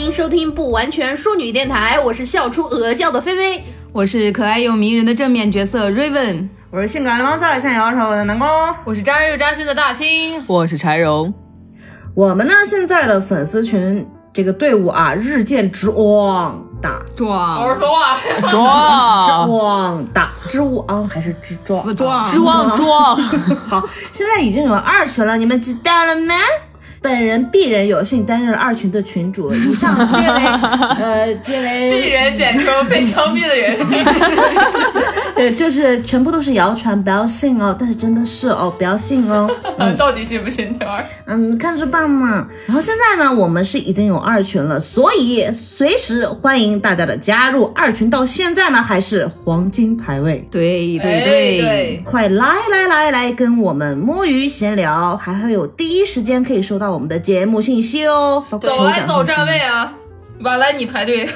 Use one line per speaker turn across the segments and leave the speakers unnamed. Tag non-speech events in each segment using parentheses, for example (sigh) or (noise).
迎收听不完全淑女电台，我是笑出鹅叫的菲菲。
我是可爱又迷人的正面角色 Raven，
我是性感流氓造想摇手的南宫。
我是扎日扎心的大清，
我是柴荣。
我们呢，现在的粉丝群这个队伍啊，日渐之旺大，
好
壮
好说话。
之
壮
旺大，之旺还是之壮？
死壮
之望壮，
好，现在已经有二群了，你们知道了吗？本人鄙人有幸担任二群的群主，以上皆
(laughs)
为呃皆
鄙
为
人简称被枪毙的人，
呃就是全部都是谣传，不要信哦。但是真的是哦，不要信哦。
到底信不信这玩意儿？
嗯，看着办嘛。然后现在呢，我们是已经有二群了，所以随时欢迎大家的加入。二群到现在呢还是黄金排
(laughs)
位，
对对
哎
对，
快来来来来跟我们摸鱼闲聊，还会有第一时间可以收到我们的节目信息哦，包括
早来
抽奖
早
信息
占位啊，晚来你排队。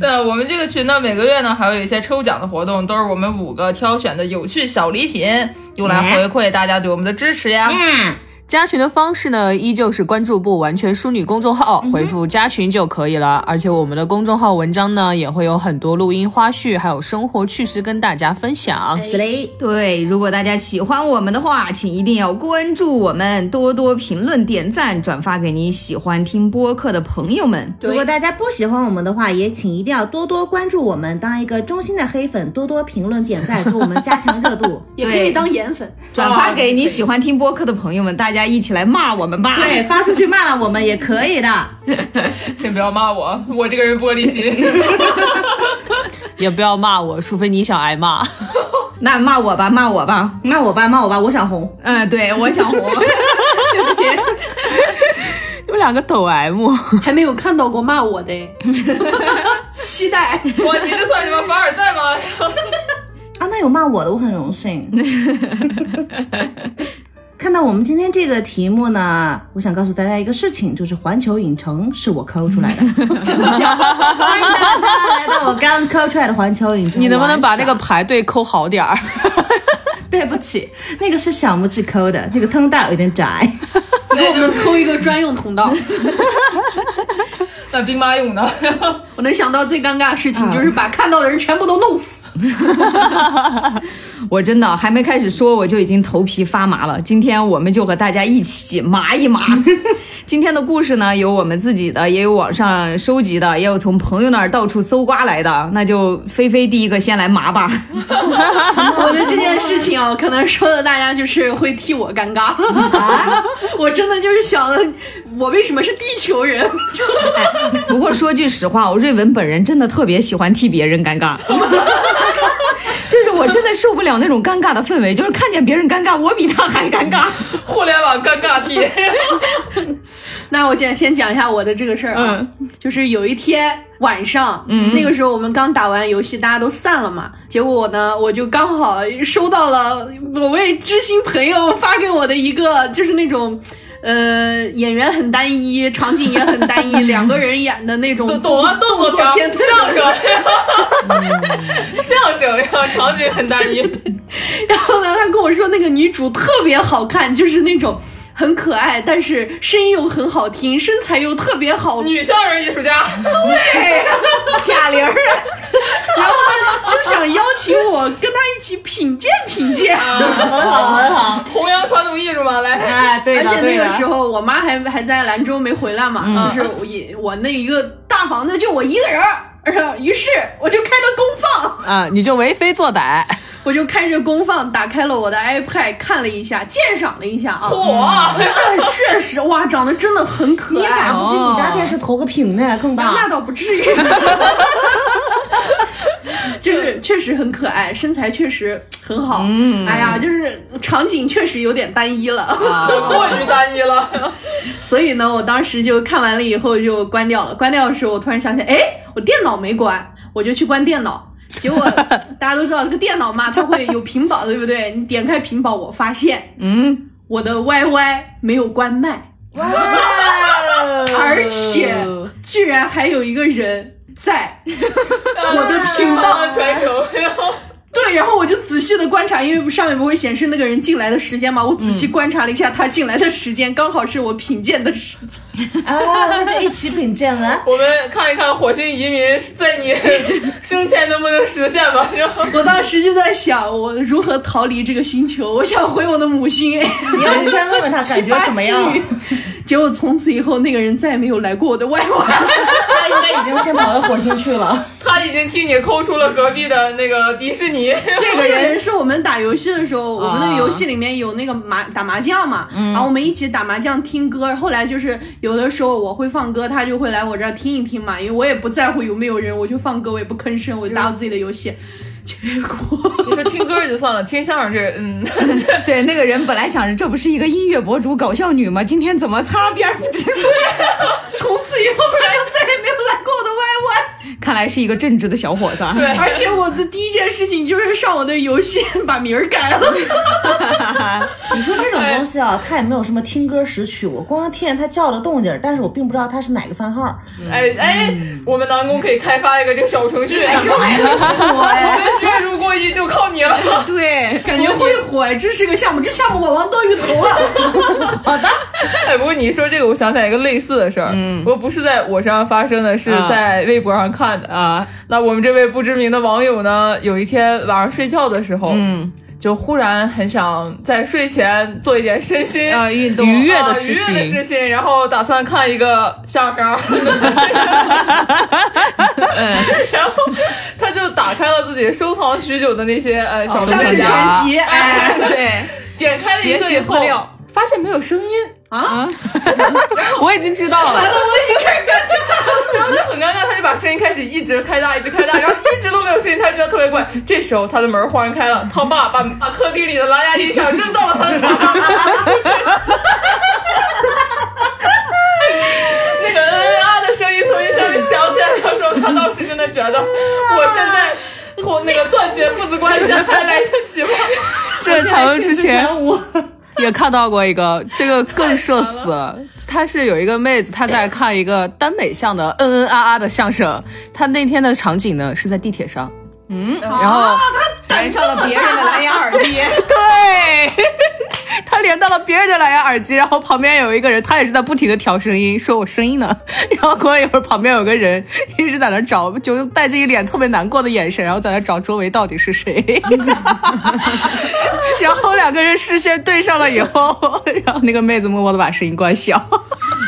那我们这个群呢，每个月呢还有一些抽奖的活动，都是我们五个挑选的有趣小礼品，用来回馈大家对我们的支持呀。
嗯，
加群的方式呢，依旧是关注“不完全淑女”公众号，回复“加群”就可以了。而且我们的公众号文章呢，也会有很多录音花絮，还有生活趣事跟大家分享。
死嘞！
对，如果大家喜欢我们的话，请一定要关注我们，多多评论、点赞、转发给你喜欢听播客的朋友们。
如果大家不喜欢我们的话，也请一定要多多关注我们，当一个忠心的黑粉，多多评论、点赞，给我们加强热 (laughs) 度。
也可以当颜粉。
转发给你喜欢听播客的朋友们，大家一起来骂我们吧！
对，发出去骂骂我们也可以的。
请不要骂我，我这个人玻璃心。
也不要骂我，除非你想挨骂。
那骂我吧，骂我吧。
骂我吧，骂我吧，我想红。
嗯，对，我想红。
(laughs) 你们两个抖 M，
还没有看到过骂
(laughs)
我的，期待。
哇，你这算什么凡尔赛吗？ (laughs)
啊，那有骂我的，我很荣 (laughs) 幸。看到我们今天这个题目呢，我想告诉大家一个事情，就是环球影城是我抠出来的。真的假的？欢迎大家来到我刚抠出来的环球影城。
(laughs) 你能不能把那
那
个排队抠好点儿？
对不起，那个是小拇指抠的，那个通道有点窄。
给我们抠一个专用通道。
那兵马俑呢？
我能想到最尴尬的事
嗯
情就是把看到的人全部都
(laughs)
弄死。
我真的还没开始说，我就已经头皮发麻了。今天我们就和大家一起麻一麻。 (laughs) 今天的故事呢，有我们自己的，也有网上收集的，也有从朋友那儿到处搜刮来的。那就菲菲第一个先来麻吧。 (laughs)
我的这件事情啊，可能说的大家就是会替我尴尬。
啊
(laughs) 我真的就是想的，我为什么是地球人？
不过说句实话，我瑞文本人真的特别喜欢替别人尴尬， (laughs) 就是我真的受不了那种尴尬的氛围，就是看见别人尴尬，我比他还尴尬。
互联网尴尬 T。
那我先先讲一下我的这个事儿啊，
嗯
就是有一天晚上，那个时候我们刚打完游戏，大家都散了嘛。结果我呢，我就刚好收到了我位知心朋友发给我的一个，就是那种。呃，演员很单一，场景也很
(laughs)
单一，两个人演的那种
懂懂啊，动
动
作
作
片、
片
相声， (laughs) 相声呀，场景很 (laughs) 单一。
然后呢，他跟我说那个女主特别好看，就是那种很可爱，但是声音又很好听，身材又特别好，
女相声艺术家，
贾玲儿，然后呢就想邀请我跟她一起品鉴品
(laughs)
鉴。
啊很好，很好。
弘扬传统艺术嘛，来，
哎，对
而
的，
且
对
那
的
个。时候我妈还还在兰州没回来嘛，就是我一我那一个大房子就我一个人儿。然后于是我就开了公放， (laughs)
啊，你就为非作歹。
我就开着公放打开了我的 iPad 看了一下，鉴赏了一下啊，嗯
嚯，
确实哇，长得真的很可
你
爱。
咋不给你家电视投个屏呢？更
那
大。
倒不至于。就是确实很可爱，身材确实很好。嗯，哎呀，就是场景确实有点单一了，
过于单一 (laughs) 了。
所以呢，我当时就看完了以后就关掉了。关掉的时候，我突然想起，哎，我电脑没关，我就去关电脑。结果大家都知道，这个电脑嘛，它会有屏保，对不对？你点开屏保，我发现，嗯，我的 YY 没有关麦，而且居然还有一个人在。
我
的频道
(laughs) 全程，
对，然后我就仔细的观察，因为上面不会显示那个人进来的时间嘛，我仔细观察了一下他进来的时间，刚好是我品鉴的时间。
啊，那就一起啊品鉴 (laughs) 了。
我们看一看火星移民在 (laughs) 你星前能不能实现吧。然后
我当时就在想，我如何逃离这个星球？我想回我的母星。哎
你要不先问问他感觉怎么样？
结果从此以后，那个人再也没有来过我的外网。
(laughs) 他应该已经先跑到火星去 (laughs) 了。
他已经替你抠出了隔壁的那个迪士尼。
这个人是我们打游戏的时候，我们
啊
那个游戏里面有那个麻打麻将嘛，
嗯
然后我们一起打麻将听歌。后来就是有的时候我会放歌，他就会来我这儿听一听嘛，因为我也不在乎有没有人，我就放歌，我也不吭声，我就打我自己的游戏。结果
(laughs)
(laughs)
你说听歌也就算了，听相声这，嗯，这
(laughs) 对，那个人本来想着这不是一个音乐博主搞笑女吗？今天怎么擦边儿不知道？
从此以后，他就再也没有来过我的 YY。
(laughs) 看来是一个正直的小伙子。啊
对
而且我的第一件事情就是上我的游戏把名儿改了。
你说这种东西啊，他也没有什么听歌识曲，我光听见他叫的动静儿，但是我并不知道他是哪个番号。
(laughs) 哎哎，我们南宫可以开发哎一个这个小程序，
这还很火
(laughs)
哎！
月入过亿就靠你 (laughs) 了。
(laughs) 对，
感觉会火，这是个项目，这项目我王多鱼投了。好的，
(laughs) 哎，不过你说这个，我想起来一个类似的事儿，嗯，不过不是在我身上发生的，是
啊
在微博上看的。
啊，
那我们这位不知名的网友呢，有一天晚上睡觉的时候，
嗯
就忽然很想在睡前做一点身心
啊，运动
啊
愉悦的事情
愉悦的事情，然后打算看一个相声， (laughs) 然后他就打开了自己收藏许久的那些呃
哦
小
像
说
是
相声
全集，哎，
对
点开了一个以后
学习资料，
发现没有声音，
啊，
(laughs) 我已经知道
(laughs)
了，
然后就很尴尬，他就把声音开始一直开大，一直开大，然后一直都没有声音，他觉得特别怪。这时候他的门忽然开了，他爸把把客厅里的蓝牙音响扔到了他的床上， (laughs) 那个嗯啊的声音从音响里响起来的时候，他当时真的觉得我现在。脱那个断绝父子关系还来得及吗？
这成呃之前 (laughs)
我
也看到过一个，这个更社死了。他是有一个妹子，她在看一个耽美向的嗯嗯啊啊的相声。她那天的场景呢是在地铁上，嗯，然后
哦燃烧了别人的蓝牙耳机，
(laughs) 对，她连到了别人的蓝牙耳机，然后旁边有一个人，她也是在不停的调声音，说我声音呢。 (laughs) 然后过了一会儿，旁边有个人一直在那找，就带着一脸特别难过的眼神，然后在那找周围到底是谁。 (laughs) 然后两个人视线对上了以后，然后那个妹子默默的把声音关小。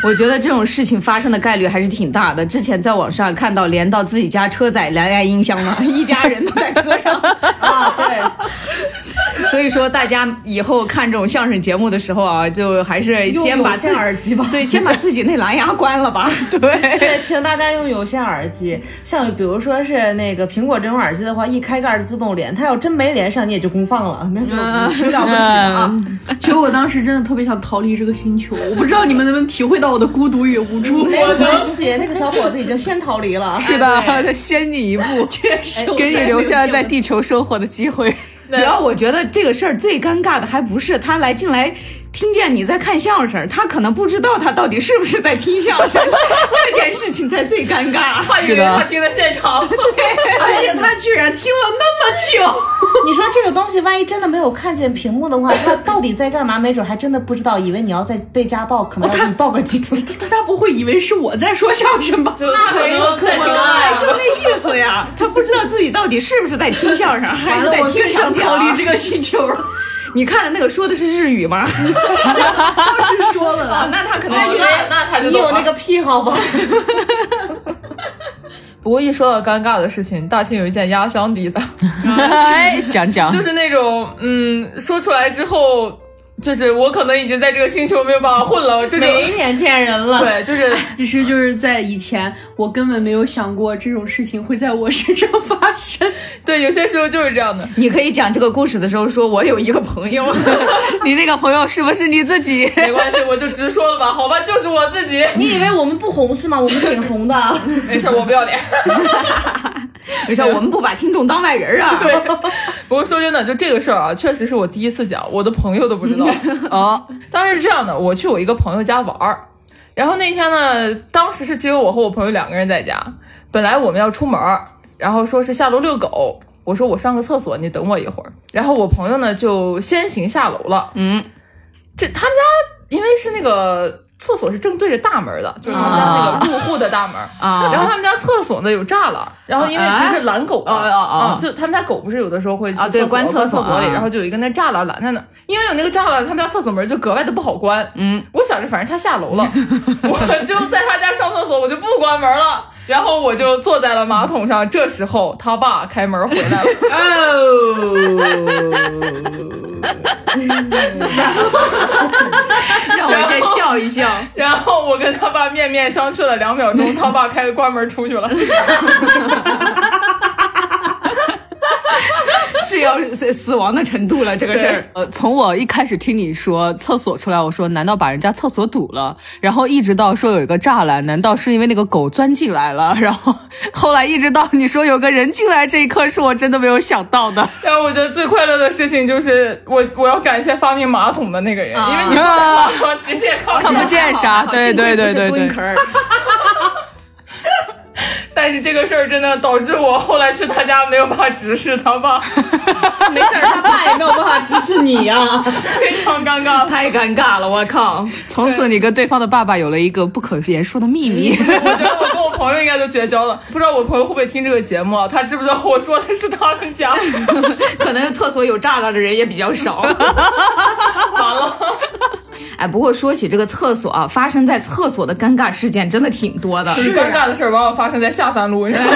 我觉得这种事情发生的概率还是挺大的。之前在网上看到连到自己家车载蓝牙音箱了，一家人都在
(laughs)
车上。
啊，对，
所以说，大家以后看这种相声节目的时候啊，就还是
用
先把
有
自
线耳机吧。
对，先把自己那蓝牙关了吧。 (laughs) 对，
(laughs) 对，请大家用有线耳机，像比如说是那个苹果这种耳机的话，一开盖就自动连，它要真没连上，你也就公放了，那就
(laughs)
了不起了啊！
其实我当时真的特别想逃离这个星球，我不知道你们能不能体会到我的孤独与无助。
哎没关系，那个小伙子已经先逃离了。
是的，
哎
他先你一
(laughs)
步，确实 (laughs) 给你留下在地球生活的机会。
主要我觉得这个事儿最尴尬的还不是他来进来听见你在看相声，他可能不知道他到底是不是在听相
(laughs)
声，这件事情才最尴尬。
他以为他听的现场，
而且他居然听了那么久。
你说这个东西，万一真的没有看见屏幕的话，他到底在干嘛？没准还真的不知道，以为你要在被家暴，可能要给你报个警。
他他不会以为是我在说相声吧？
就他可能在听
哎，就
啊。
那意思呀，他不知道自己到底是不是在
(laughs)
听相声，还
完
是
了，
在
我
听
更想
相
逃离
声。
这个星球了。
你看了那个说的是日
(laughs)
语吗？
当时说了
啊，
啦，
那他可
哎
能
那
是
那那他就
你
懂
有
了
那个癖好吧？
不过一说到尴尬的事情，大庆有一件压箱底 (laughs) 的，
哎，讲讲
就是那种嗯，说出来之后，就是我可能已经在这个星球没有办法混了，这种
脸见人了。
对，就是
只是就是在以前，我根本没有想过这种事情会在我身上发生。
对，有些时候就是这样的。
(laughs) 你可以讲这个故事的时候说，我有一个朋
(laughs)
友，
你那个朋友是不是你自己？
没关系，我就直说了吧，好吧，就是我自己， (laughs)
你以为我们不红是吗？我们 (laughs) 挺红的。啊
没事，我不要脸。
你说我们不把听众当外人啊。
(laughs) 对，不过说真的，就这个事儿啊，确实是我第一次讲，我的朋友都不知
(laughs)
道。啊
哦，
当时是这样的，我去我一个朋友家玩儿，然后那天呢，当时是只有我和我朋友两个人在家，本来我们要出门儿，然后说是下楼遛狗，我说我上个厕所，你等我一会儿。然后我朋友呢就先行下楼了。嗯，这他们家因为是那个厕所是正对着大门的，就是他们家那个入户的大门
啊
然后他们家厕所呢有栅栏，然后因为不是拦狗的
啊啊啊
就他们家狗不是有的时候会去
啊对
厕所
关
关
厕所
所里，
啊
然后就有一个那栅栏拦在那，因为有那个栅栏，他们家厕所门就格外的不好关。嗯，我想着反正他下
(laughs)
楼了，我就在他家上厕所，我就不关门了。然后我就坐在了马桶上，这时候他爸开门回
(laughs)
来了，
哦 (laughs)
让我先笑一笑。
然后我跟他爸面面相觑了两秒
(laughs)
钟，他爸开关门出去了。
是要死死亡的程度了，这个事儿。
呃，从我一开始听你说厕所出来，我说难道把人家厕所堵了？然后一直到说有一个栅栏，难道是因为那个狗钻进来了？然后后来一直到你说有个人进来这一刻，是我真的没有想到的。
然后我觉得最快乐的事情就是我我要感谢发明马桶的那个
啊
人，因为你坐在马
(laughs)
桶其实也看不
看
见
不见啥，对对对对对。
但是这个事儿真的导致我后来去他家没有办法直视他爸，
没事儿，他爸也没有办法支持你啊呀、
(laughs) 非常尴尬。
太尴尬了，我靠！
从此你跟对方的爸爸有了一个不可言说的秘密。
我觉得我跟我朋友应该都绝交了，不知道我朋友会不会听这个节目啊？他知不知道我说的是他们
(laughs)
家？
可能厕所有栅栏的人也比较少。
完了，
哎，不过说起这个厕所啊，发生在厕所的尴尬事件真的挺多的。
就是
啊
尴尬的事儿往往发生在下三路，你知道吗？
(laughs)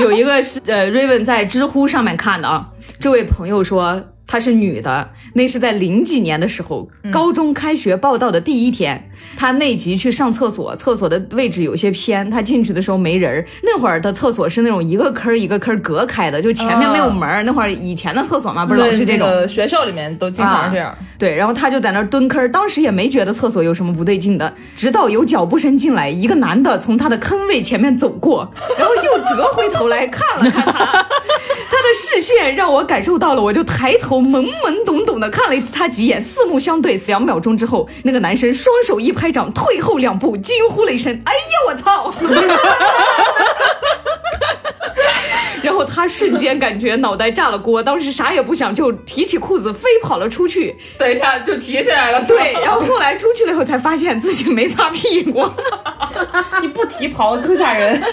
(laughs) 有一个是呃，Raven 在知乎上面看的啊，这位朋友说她是女的，那是在零几年的时候，高中开学报到的第一天，她内急去上厕所，厕所的位置有些偏，她进去的时候没人儿，那会儿的厕所是那种一个坑儿一个坑儿隔开的，就前面没有门儿，那会儿以前的厕所嘛，不是老是这种。
学校里面都经
常是这
啊
样。
啊对，然后他就在那儿蹲坑儿，当时也没觉得厕所有什么不对劲的，直到有脚步声进来，一个男的从他的坑位前面走过，然后又折回头来看了看他，他的视线让我感受到了，我就抬头懵懵懂懂的看了他几眼，四目相对，两秒钟之后，那个男生双手一拍掌，退后两步，惊呼了一声：“哎呀，我操！” (laughs) 然后他瞬间感觉脑袋炸了锅，当时啥也不想，就提起裤子飞跑了出去。
等一下就提起来了，
对，
哎
然后后来出去了以后才发现自己没擦屁股。
(laughs) 你不提跑更吓人。
(laughs)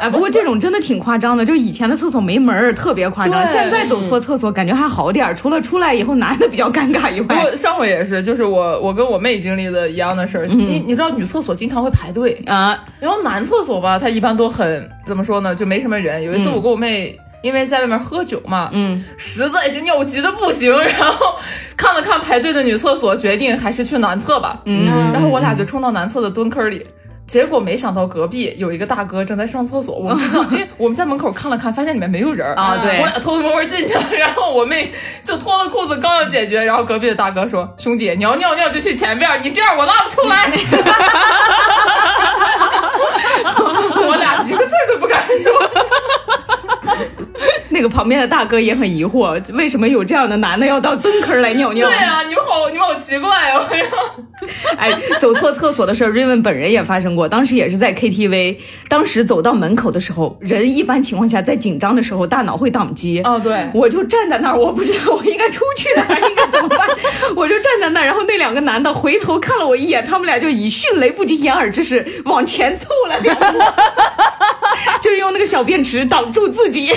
哎，不过这种真的挺夸张的，就以前的厕所没门儿，特别夸张。
对
现在走错厕所感觉还好点儿，除了出来以后男的比较尴尬以
不
外。
过上回也是，就是我我跟我妹经历的一样的事儿。
嗯
你你知道女厕所经常会排队，
啊，
然后男厕所吧，它一般都很怎么说呢，就没什么人。有一次我跟我妹。因为在外面喝酒嘛，嗯，实在是尿急的不行， (laughs) 然后看了看排队的女厕所，决定还是去男厕吧，嗯，然后我俩就冲到男厕的蹲坑里，结果没想到隔壁有一个大哥正在上厕所，我们不知道，因为我们在门口看了看，发现里面没有人儿
啊对
我俩偷偷摸摸进去了，然后我妹就脱了裤子刚要解决，然后隔壁的大哥说：“兄弟，你要尿尿就去前边儿，你这样我拉不出来。”我俩一个字儿都不敢说。
那个旁边的大哥也很疑惑，为什么有这样的男的要到蹲坑儿来尿尿
对？啊，你们好，你们好奇怪哦。然后
哎，走错厕所的事儿，Raven 本人也发生过。当时也是在 KTV，当时走到门口的时候，人一般情况下在紧张的时候，大脑会宕机。
哦对
我就站在那儿，我不知道我应该出去呢还是应该怎么办。 (laughs) 我就站在那儿，然后那两个男的回头看了我一眼，他们俩就以迅雷不及掩耳之势往前凑了两步， (laughs) 就是用那个小便池挡住自己。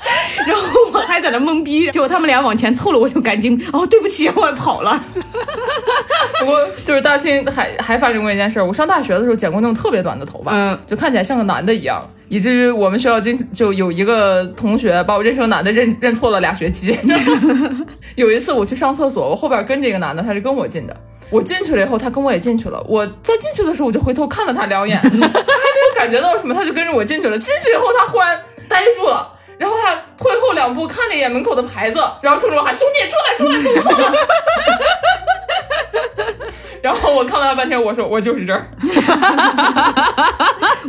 (laughs) 然后我还在那懵逼，结果他们俩往前凑了，我就赶紧哦，对不起，我跑了。
(laughs) 不过就是大庆还还发生过一件事儿，我上大学的时候剪过那种特别短的头发，
嗯，
就看起来像个男的一样，以至于我们学校经就有一个同学把我认成男的认认错了俩学期。 (laughs) 有一次我去上厕所，我后边跟着一个男的，他是跟我进的。我进去了以后，他跟我也进去了。我在进去的时候，我就回头看了他两眼，他还没有感觉到什么，他就跟着我进去了。进去以后，他忽然呆住了，然后他退后两步，看了一眼门口的牌子，然后冲着我喊：“兄弟，出来，出来，走错了。” (laughs) 然后我看了他半天，我说我就是这儿，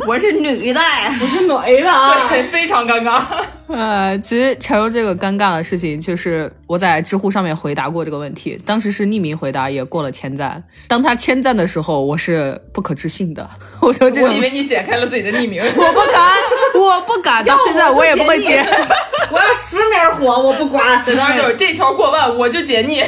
我是女的。
我是女的啊，
(laughs) 非常尴尬。
呃，其实柴油这个尴尬的事情，就是我在知乎上面回答过这个问题，当时是匿名回答，也过了千赞。当他千赞的时候，我是不可置信的， (laughs) 我说这
我
种
以为你解开了自己的匿名， (laughs)
我不敢，我不敢，到现在我也不会接。
我要十名火，我不管。
当时就是这条过万我就解腻。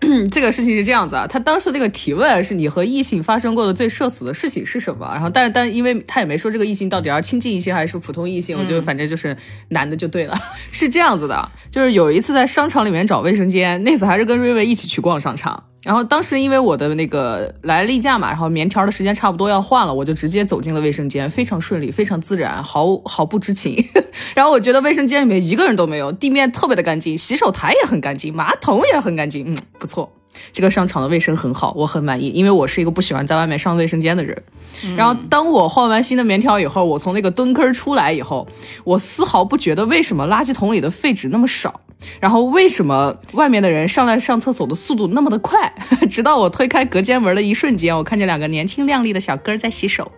嗯这个事情是这样子啊，他当时这个提问是你和异性发生过的最社死的事情是什么？然后但，但因为他也没说这个异性到底要亲近异性还是普通异性，我就反正就是男的就对了。 (laughs) 是这样子的，就是有一次在商场里面找卫生间，那次还是跟瑞瑞一起去逛商场。然后当时因为我的那个来例假嘛，然后棉条的时间差不多要换了，我就直接走进了卫生间，非常顺利，非常自然，毫毫不知情。 (laughs) 然后我觉得卫生间里面一个人都没有，地面特别的干净， (laughs) 洗手台也很干净，马桶也很干净，嗯，不错。这个商场的卫生很好，我很满意，因为我是一个不喜欢在外面上卫生间的人。然后当我换完新的棉条以后，我从那个蹲坑出来以后，我丝毫不觉得为什么垃圾桶里的废纸那么少，然后为什么外面的人上来上厕所的速度那么的快。 (laughs) 直到我推开隔间门的一瞬间，我看见两个年轻靓丽的小哥儿在洗手。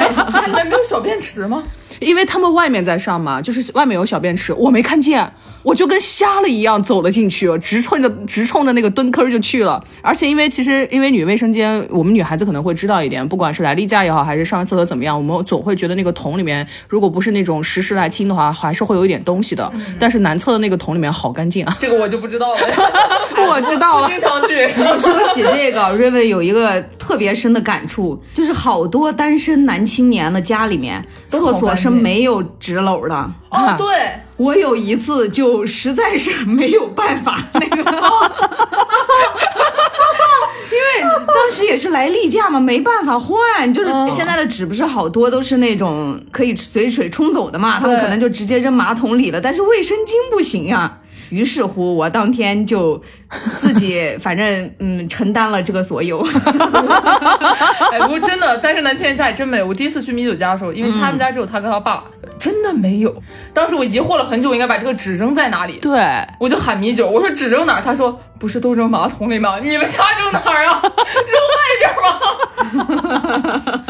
哎，那你们没有小便池吗？
因为他们外面在上 (laughs) 嘛，就是外面有小便池，我没看见，我就跟瞎了一样走了进去，直冲着直冲着那个蹲坑就去了。而且因为其实因为女卫生间，我们女孩子可能会知道一点，不管是来例假也好，还是上完厕所怎么样，我们总会觉得那个桶里面如果不是那种实时来清的话，还是会有一点东西的。但是男厕的那个桶里面好干净啊，
这个我就不知道了，
我知道了。
经常去。
说起
(laughs)
这个瑞文有一个特别深的感触，就是好多单身男青年的家里面厕所是没有纸篓的。
哦，对，
我有一次就实在是 (laughs) 没有办法，
(laughs)
那个，因为当时也是来例假嘛，没办法换，就是
哦
现在的纸不是好多都是那种可以随水冲走的嘛，他们
对
可能就直接扔马桶里了，但是卫生巾不行啊呀、于是乎，我当天就自己反正嗯承担了这个所 (laughs) 有。
哎，不过真的，单身男青年家也真没有。我第一次去米酒家的时候，因为他们家只有他跟他爸，真的没有。当时我疑惑了很久，应该把这个纸扔在哪里。
(laughs) 对，
我就喊米酒，我说纸扔哪儿？他说不是都扔马桶里吗？你们家扔哪儿啊？扔 (laughs) 外边吗？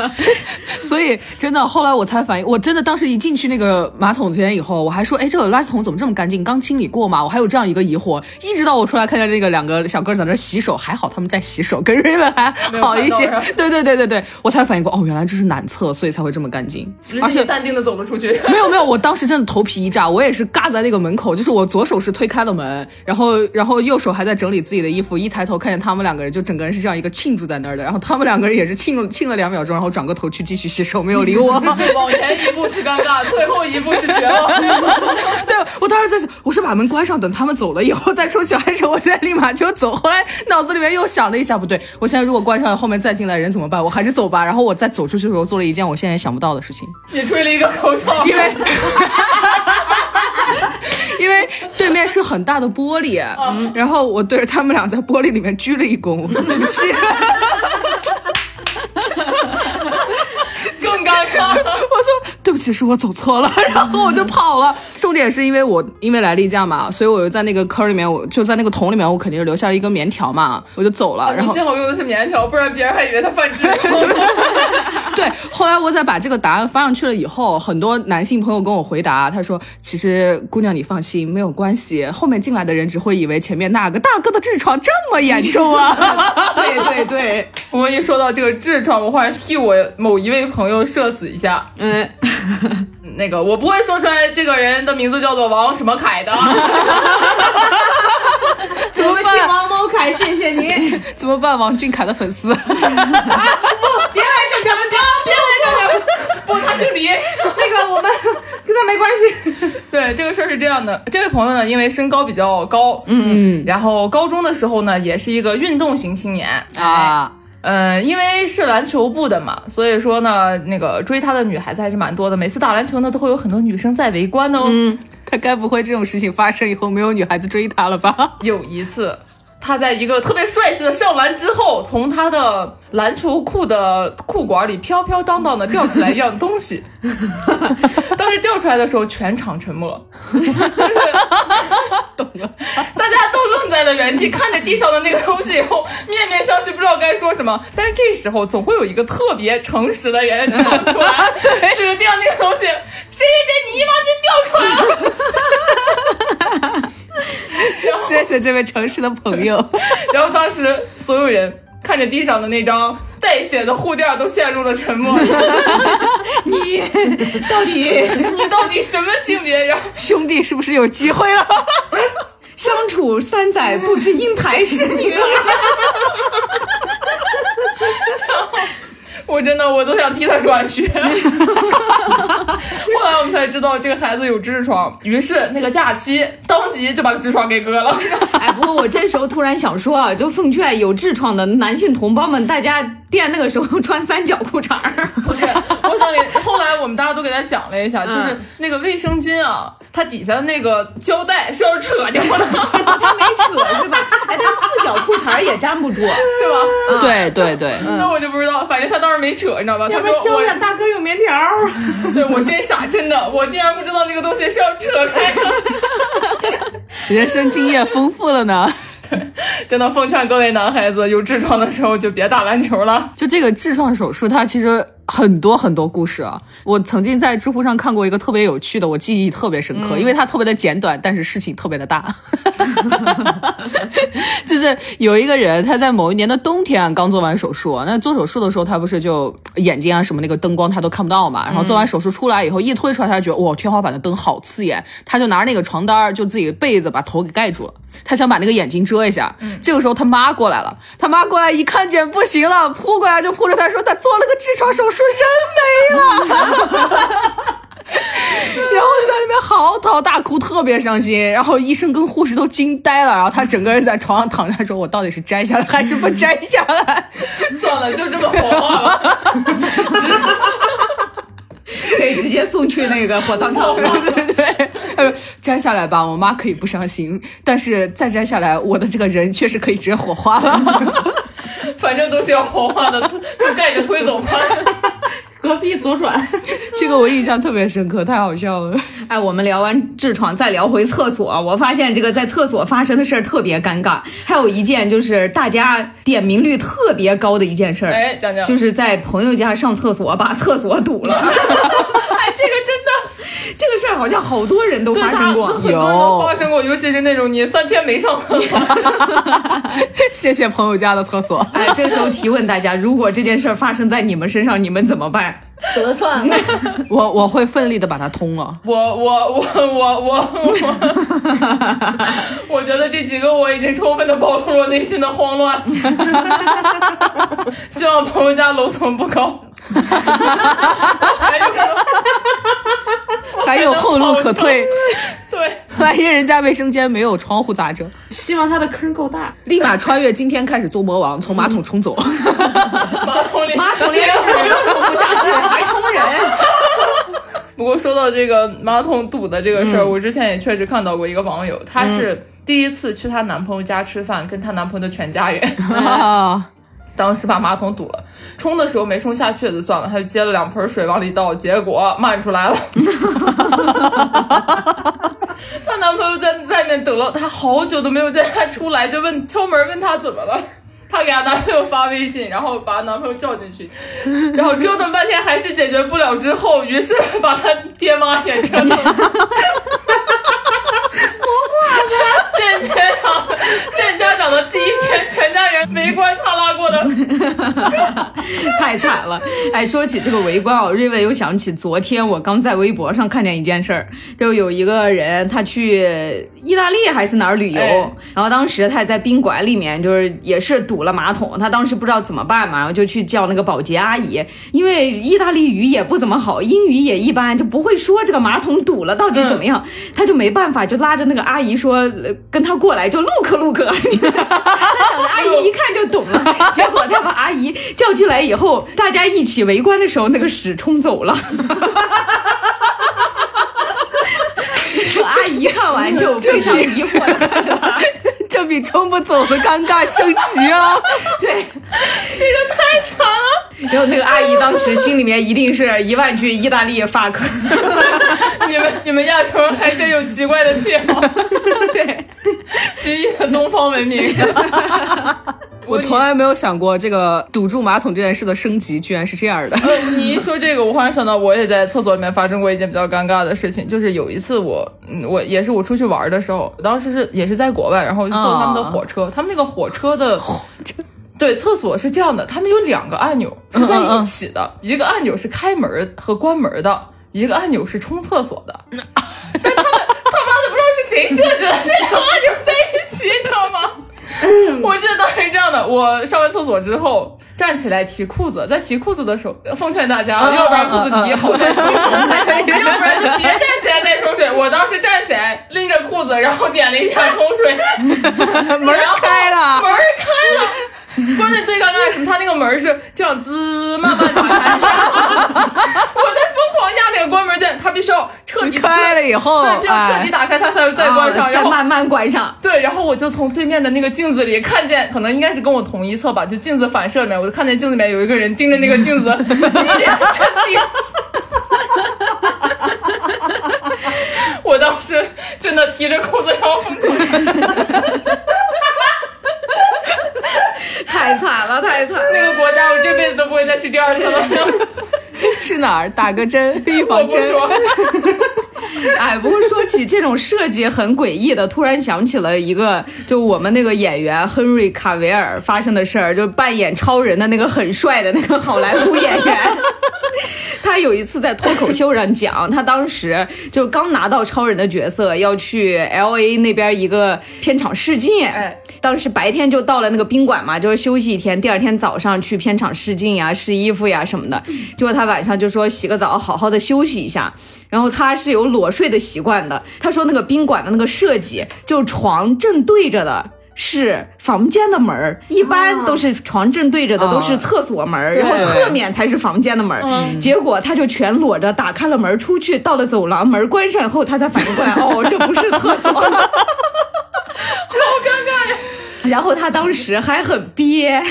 (laughs)
所以真的，后来我才反应，我真的当时一进去那个马桶间以后，我还说，哎，这个垃圾桶怎么这么干净？刚清理过嘛？我还有这样一个疑惑，一直到我出来看见那个两个小哥在那儿洗手，还好他们在洗手，跟瑞文还好一
没
些
有看到是。
对对对对对，我才反应过，哦，原来这是男厕，所以才会这么干净，而
而且
且。
淡定的走了出 (laughs) 去。
(laughs) 没有没有，我当时真的头皮一炸，我也是尬在那个门口，就是我左手是推开了门，然后然后右手还在整理自己的衣服，一抬头看见他们两个人，就整个人是这样一个庆祝在那儿的，然后他们两个人也是庆了庆了两秒钟，然后转过头去继续洗手，没有理我。
对，往前一步是尴尬，退后一步是绝望。 (laughs)
对，我当时在想，我是把门关上，等他们走了以后再出去，还是我现在立马就走？后来脑子里面又想了一下，不对，我现在如果关上了，后面再进来人怎么办？我还是走吧。然后我再走出去的时候，做了一件我现在也想不到的事情，
你吹了一个口哨，
因为。 (laughs) 因为对面是很大的玻璃，
嗯
然后我对着他们俩在玻璃里面鞠了一躬，我说对不
(laughs)
起，
更尴尬。 (laughs)
我说对不起，是我走错了，然后我就跑了。重点是因为我因为来例假嘛，所以我就在那个坑里面，我就在那个桶里面，我肯定是留下了一根棉条嘛，我就走了。然
啊哦你
后
幸好用的是棉条，不然别人还以为他犯痔
(laughs) 对，后来我在把这个答案发上去了以后，很多男性朋友跟我回答，他说：“其实姑娘你放心，没有关系，后面进来的人只会以为前面那个大哥的痔疮这么严重啊。
对对对，
(laughs) 我们一说到这个痔疮，我忽然替我某一位朋友社死一下。
嗯，
(laughs) 那个我不会说出来这个人的名字叫做王什么凯的，啊
怎
(laughs)
么替
啊
王某凯谢谢你，原来”
怎么办？王俊凯的粉丝，
这表表
不，他姓李。
那个我们 (laughs) 跟他没关系。
(laughs) 对，这个事儿是这样的，这位朋友呢，因为身高比较高，嗯，然后高中的时候呢，也是一个运动型青年哎
啊，
呃，因为是篮球部的嘛，所以说呢，那个追他的女孩子还是蛮多的。每次打篮球呢，都会有很多女生在围观哦。
他该不会这种事情发生以后，没有女孩子追他了吧？
(laughs) 有一次，他在一个特别帅气的上篮之后，从他的篮球裤的裤管里飘飘荡荡的掉出来一样东西。当时掉出来的时候，全场沉默，就是懂了，大家都愣在了原地，看着地上的那个东西以后，面面相觑，不知道该说什么。但是这时候，总会有一个特别诚实的人站出来，指着地上那个东西，谁谁谁，你姨妈巾掉出来了。
谢谢这位诚实的朋友。
然后当时所有人看着地上的那张带血的护垫，都陷入了沉默。
(laughs) 你到
(laughs)
底
你到底什么性别？然后
兄弟是不是有机会了？
相处三载不知因台施女？啊
我真的我都想替他转学。 (laughs) 后来我们才知道这个孩子有痔疮，于是那个假期当即就把痔疮给割了。 (laughs)
哎，不过我这时候突然想说啊，就奉劝有痔疮的男性同胞们，大家垫那个时候穿三角裤衩儿。
不是，我想给后来我们大家都给他讲了一下，就是
嗯
那个卫生巾啊，它底下的那个胶带是要扯掉的，
他没扯是吧？哎，但四角裤衩儿也粘不住，
是吧？
对对对，
那我就不知道，反正他当时没扯，你知道吧？他说我
大哥有棉条儿，
(laughs) 对我真傻，真的，我竟然不知道那个东西是要扯开的。 (laughs)
人生经验丰富了呢。
真的奉劝各位男孩子，有痔疮的时候就别打篮球了。
就这个痔疮手术，它其实很多很多故事啊。我曾经在知乎上看过一个特别有趣的，我记忆特别深刻，因为它特别的简短，但是事情特别的大。就是有一个人，他在某一年的冬天啊刚做完手术，那做手术的时候，他不是就眼睛啊什么那个灯光他都看不到嘛。然后做完手术出来以后，一推出来，他就觉得哇，天花板的灯好刺眼，他就拿着那个床单儿就自己的被子把头给盖住了。他想把那个眼睛遮一下，这个时候他妈过来了，他妈过来一看见不行了，扑过来就扑着他说：“咱做了个痔疮手术，人没了。”然后就在那边嚎啕大哭，特别伤心。然后医生跟护士都惊呆了，然后他整个人在床上躺着，说：“我到底是摘下来还是不摘下来
算了，就这么火化吧。
(laughs) 可以直接送去那个火葬场？”
(laughs) 对对对，呃摘下来吧，我妈可以不伤心，但是再摘下来，我的这个人确实可以直接火化了。
(laughs)
(laughs)
反正都是要火化的，就就盖着推走吧。
隔壁左转。
这个我印象特别深刻，太好笑了。
哎，我们聊完痔疮，再聊回厕所。我发现这个在厕所发生的事儿特别尴尬。还有一件就是大家点名率特别高的一件事儿，
哎，讲讲，
就是在朋友家上厕所把厕所堵了。
哎，这个真的
这个事儿好像好多人都
对
发
他
生
就
过
很。多人都发生过，尤其是那种你三天没上厕所，
(laughs) 谢谢朋友家的厕所。
哎，这时候提问大家，如果这件事儿发生在你们身上，你们怎么办？
死了算了。
我我会奋力的把它通了。
我我我我我我，我觉得这几个我已经充分的暴露了内心的慌乱。希望朋友家楼层不高，还有可能
还有后路可退，
对。
(laughs) 万一人家卫生间没有窗户咋整？
希望他的坑够大。
立马穿越今天开始做魔王，从马桶冲 (laughs) 走。
马桶里，
马桶连屎都冲不下去，还冲 (laughs) 人。
不过说到这个马桶堵的这个事
嗯
儿，我之前也确实看到过一个网友，她是第一次去她男朋友家吃饭，跟她男朋友的全家人，
啊，
当时把马桶堵了，冲的时候没冲下去也就算了，她就接了两盆水往里倒，结果漫出来了。 (laughs) 她男朋友在外面等了她好久都没有见她出来，就问敲门问她怎么了。她给她男朋友发微信，然后把她男朋友叫进去，然后折腾半天还是解决不了，之后于是把她爹妈也折腾了。 (laughs) 见家长，见家长的第一天，全家人围观他拉过的
(laughs) 太惨了！哎，说起这个围观哦，瑞文又想起昨天我刚在微博上看见一件事儿，就有一个人他去意大利还是哪儿旅游，
哎
然后当时他在宾馆里面就是也是堵了马桶，他当时不知道怎么办嘛，然后就去叫那个保洁阿姨，因为意大利语也不怎么好，英语也一般，就不会说这个马桶堵了到底怎么样，他就没办法，就拉着那个阿姨说呃跟他过来，就 look look，他想着阿姨一看就懂了，结果他把阿姨叫进来以后，大家一起围观的时候，那个屎冲
(laughs)
走了。 (laughs) 阿姨看完就非常疑惑地看着他，
这比冲不走的尴尬升级 (laughs) 啊！
对，这个太惨了。然后那个阿姨当时心里面一定是一万句意大利 fuck。
(laughs) 你们你们亚洲人还真有奇怪的癖好，
对，
(laughs) 奇异的东方文明。 (laughs) 呃
我从来没有想过这个堵住马桶这件事的升级居然是这样的。
呃，你一说这个，我忽然想到，我也在厕所里面发生过一件比较尴尬的事情，就是有一次我，嗯，我也是我出去玩的时候，当时是也是在国外，然后我就坐他们的火车，他们那个火车的。对，厕所是这样的，他们有两个按钮是在一起的，一个按钮是开门和关门的，一个按钮是冲厕所的。 (laughs) 但他们他妈的不知道是谁设计的，这两个按钮在一起，你知道 (laughs) 吗？我记得当时这样的，我上完厕所之后站起来提裤子，在提裤子的时候，奉劝大家，要不然裤子提好再冲水，嗯 (laughs) 要不然就别站起来再冲水。我当时站起来拎着裤子，然后点了一下冲水， (laughs) 门
开 (laughs) 了
门儿开了。关键最尴尬的是什么？他那个门是这样滋慢慢打开， (laughs) 我在疯狂压那个关门键，他必须要彻底
开了以后，
对，必须要彻
哎，
底打开，他才会再关上，
啊
然
再
后
慢慢关上。
对，然后我就从对面的那个镜子里看见，可能应该是跟我同一侧吧，就镜子反射里面，我就看见镜子里面有一个人盯着那个镜
(laughs)
子，一脸震惊。我当时真的提着裤子，然后疯狂
太惨了，太惨了。
那个国家，我这辈子都不会再去第二次了。
是哪儿？打个针，预
我
防
不
针。
说，
哎，不过说起这种设计很诡异的，突然想起了一个，就我们那个演员亨瑞卡维尔发生的事儿，就扮演超人的那个很帅的那个好莱坞演员。他有一次在脱口秀上讲，他当时就刚拿到超人的角色，要去 L A 那边一个片场试镜。
哎
当时白天就到了那个宾馆嘛，就是休息一天，第二天早上去片场试镜呀、试衣服呀什么的。结果他晚上就说洗个澡，好好的休息一下。然后他是有裸睡的习惯的，他说那个宾馆的那个设计，就床正对着的。是房间的门儿，一般都是床正对着的，都是厕所门儿，然后侧面才是房间的门儿。结果他就全裸着打开了门儿出去，到了走廊，门儿关上以后，他才反应过来，哦，这不是厕所。 (laughs) 然后他当时还很憋，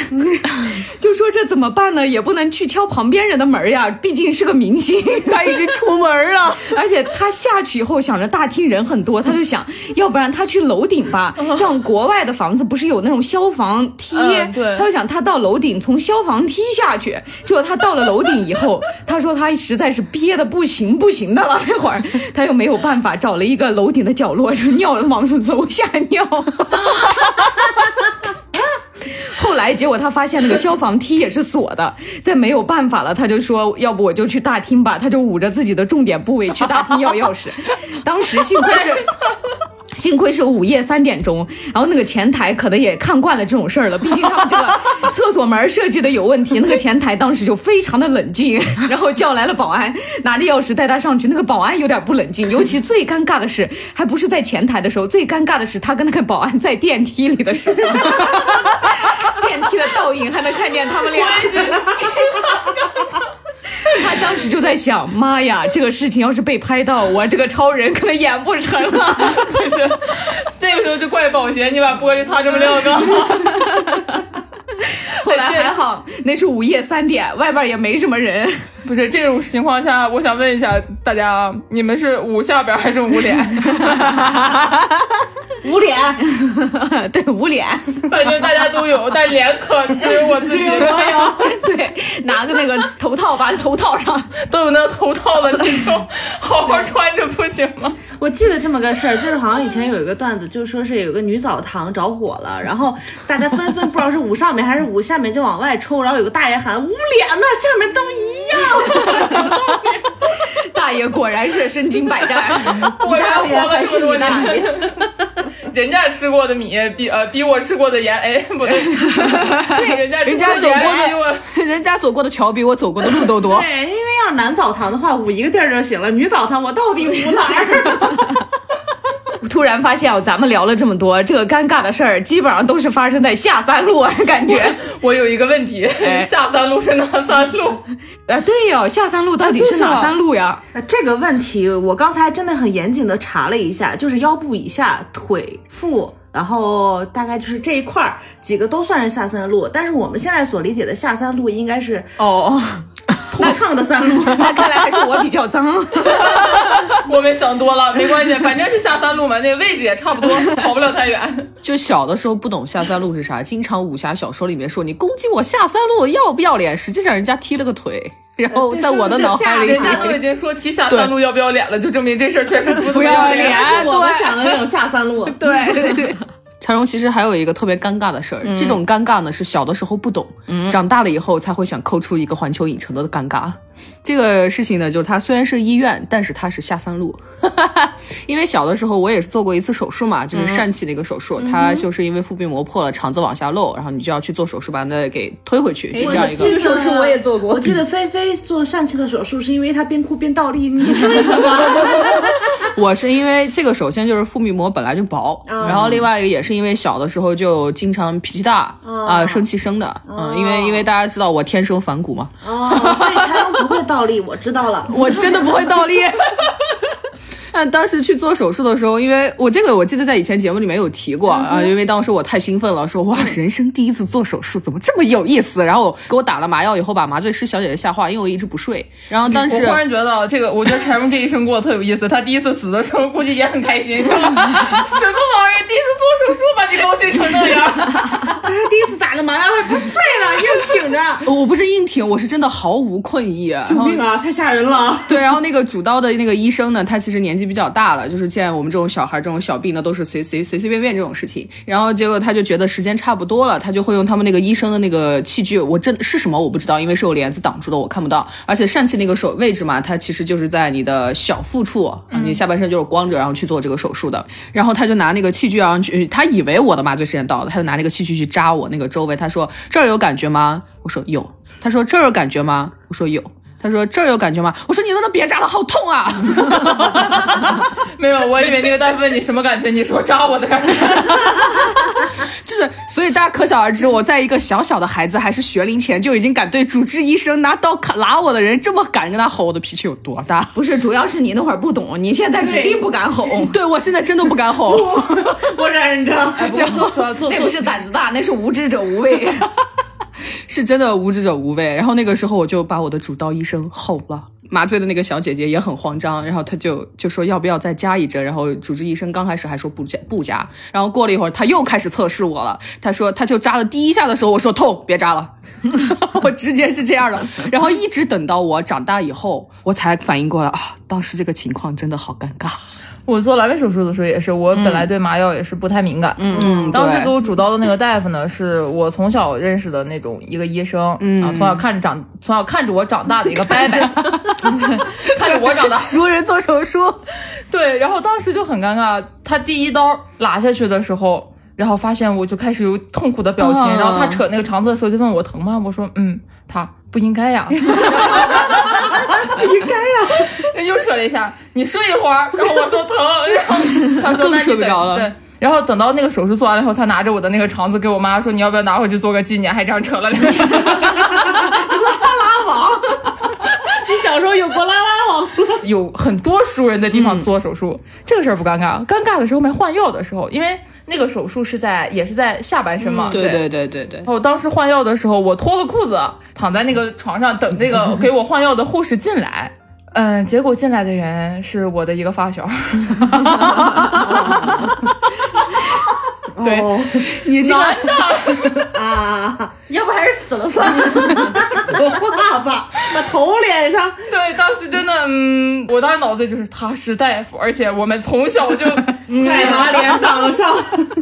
就说这怎么办呢？也不能去敲旁边人的门呀，毕竟是个明星， (laughs) 他已经出门了。而且他下去以后想着大厅人很多，他就想，要不然他去楼顶 (laughs) 吧。像国外的房子不是有那种消防梯，
嗯对
他就想他到楼顶从消防梯下去。结果他到了楼顶以后， (laughs) 他说他实在是憋得不行不行的了，那会儿他又没有办法，找了一个楼顶的角落就尿了，往楼下尿。后来结果他发现那个消防梯也是锁的， (laughs) 再没有办法了，他就说要不我就去大厅吧，他就捂着自己的重点部位去大厅要钥匙。当时幸亏是。幸亏是午夜三点钟，然后那个前台可能也看惯了这种事儿了，毕竟他们这个厕所门设计的有问题。那个前台当时就非常的冷静， (laughs) 然后叫来了保安，拿着钥匙带他上去。那个保安有点不冷静，尤其最尴尬的是，还不是在前台的时候，最尴尬的是他跟那个保安在电梯里的时候。电梯的倒影还能看见他们俩。 (laughs) 他当时就在想，妈呀，这个事情要是被拍到，我这个超人可能演不成 (laughs) 了。
那个时候就怪保洁，你把玻璃擦这么亮干嘛？
后来还好，那是午夜三点，外边也没什么人。 (laughs)
不是这种情况下，我想问一下大家，啊你们是捂下边还是捂 (laughs) 脸？
捂脸，
对，捂脸，
反正大家都有，但脸可只有我自己。
对，拿个那个头套把头套上。
(laughs) 都有那个头套了，你就好好穿着不行吗？
我记得这么个事儿，就是好像以前有一个段子，就说是有个女澡堂着火了，然后大家纷纷不知道是捂上面还是捂下面，就往外抽，然后有个大爷喊捂脸呢，下面都一样。
大爷果然是身经百战。
我然活了这么多
大
年，人家吃过的米比呃比我吃过的盐，哎不对，人家
人家
吃
走
过的
过
盐比哎我
的， (laughs) 人家走过的桥比我走过的路都
(laughs)
多。
对，因为要是男澡堂的话，捂一个地儿就行了，女澡堂我到底捂哪儿？
突然发现哦，咱们聊了这么多，这个尴尬的事儿基本上都是发生在下三路，啊感觉。
我有一个问题，下三路是哪三路？
啊，对哟、下三路到底啊是哪三路呀？ (laughs)
这个问题我刚才真的很严谨的查了一下，就是腰部以下、腿、腹。然后大概就是这一块儿几个都算是下三路，但是我们现在所理解的下三路应该是
哦，
(laughs) 通畅的三路。
那看来还是我比较脏。
我们想多了，没关系，反正是下三路嘛，那位置也差不多，跑不了太远。
就小的时候不懂下三路是啥，经常武侠小说里面说你攻击我下三路要不要脸，实际上人家踢了个腿，然后在我的脑海里
人家都已经说提下三路要不要脸了，就证明这事儿确实不怎么
不要
脸。
脸
是我们想的那种下三路，对，
柴荣其实还有一个特别尴尬的事儿，这种尴尬呢是小的时候不懂，长大了以后才会想抠出一个环球影城的尴尬。这个事情呢，就是它虽然是医院，但是它是下三路， (laughs) 因为小的时候我也是做过一次手术嘛，就是疝气的一个手术，它就是因为腹壁磨破了，肠子往下漏，然后你就要去做手术把那给推回去，就这样一个。
这个手术我也做过
我记得菲菲做疝气的手术是因为她边哭边倒立，你是为什么？
我是因为这个，首先就是腹壁膜本来就薄，然后另外一个也是因为小的时候就经常脾气大啊、生气生的，嗯，因为因为大家知道我天生反骨嘛，
(laughs) 哦，所以柴荣不会倒立，我知道了。
(laughs) 我真的不会倒立。但当时去做手术的时候，因为我这个我记得在以前节目里面有提过啊、因为当时我太兴奋了，说哇，人生第一次做手术怎么这么有意思？然后给我打了麻药以后，把麻醉师小姐姐吓坏，因为我一直不睡。然后当时
我忽然觉得这 (laughs) 个，我觉得柴荣这一生过得特有意思。他第一次死的时候，估计也很开 (laughs) 心。什么玩意儿？第一次做手术把你高兴成那样？ (laughs)
她第一次打了麻药还不睡了，硬挺着，
我不是硬挺，我是真的毫无困意。然后
啊！太吓人了。
对，然后那个主刀的那个医生呢，他其实年纪比较大了，就是见我们这种小孩儿这种小病呢，都是随随随随便便这种事情。然后结果他就觉得时间差不多了，他就会用他们那个医生的那个器具，我真是什么我不知道，因为是有帘子挡住的，我看不到。而且疝气那个手位置嘛，它其实就是在你的小腹处，啊你下半身就是光着，然后去做这个手术的。然后他就拿那个器具啊，去他以为我的麻醉时间到了，他就拿那个器具去扎我那个周围。他说这儿有感觉吗？我说有。他说这儿有感觉吗？我说有。他说这儿有感觉吗？我说你能不能别扎了，好痛啊！ (laughs)
没有，我以为那个大夫问你什么感觉，你说扎我的感觉。
就是，所以大家可想而知，我在一个小小的孩子还是学龄前就已经敢对主治医生拿刀砍拉我的人这么敢跟他吼，我的脾气有多大？
不是，主要是你那会儿不懂，你现在指定不敢吼。
对我现在真的不敢吼。
我忍着，
哎，不过说说做
那不是胆子大，那是无知者无畏。
是真的无知者无畏。然后那个时候我就把我的主刀医生吼了。麻醉的那个小姐姐也很慌张，然后她就就说要不要再加一针，然后主治医生刚开始还说不加不加，然后过了一会儿他又开始测试我了，他说他就扎了第一下的时候我说痛，别扎了， (laughs) 我直接是这样的，然后一直等到我长大以后我才反应过来啊，当时这个情况真的好尴尬。
(laughs) 我做阑尾手术的时候也是，我本来对麻药也是不太敏感。嗯嗯，当时
对
给我主刀的那个大夫呢，是我从小认识的那种一个医生，嗯，啊，从小看着长，从小看着我长大的一个伯 (laughs) 伯，看着我长大。
(laughs) 熟人做手术，
(laughs) 对，然后当时就很尴尬，他第一刀拉下去的时候。然后发现我就开始有痛苦的表情，然
嗯
后他扯那个肠子的时候就问我疼吗？我说嗯，他不应
(laughs)
该呀，不应该呀。 (laughs) 又扯了一下，你睡一会儿，然后我说疼，然后他说
(laughs) 更
那你
睡不
等
着了
对，然后等到那个手术做完了以后，他拿着我的那个肠子给我妈说你要不要拿回去做个纪念，还这样扯了两下。
你小时候有过拉拉网
有很多熟人的地方做手术，这个事儿不尴尬。尴尬的时候没换药的时候，因为那个手术是在也是在下半身嘛，
嗯对
啊对。
对对对对，
然后我当时换药的时候，我脱了裤子，躺在那个床上等那个给我换药的护士进来。嗯，结果进来的人是我的一个发小，
对
哦
你这个
啊！
要不还是死了算了。
我爸爸把头脸上，
对，当时真的，嗯，我当时脑子里就是他是大夫，而且我们从小就，嗯，
快把脸挡上。
(laughs)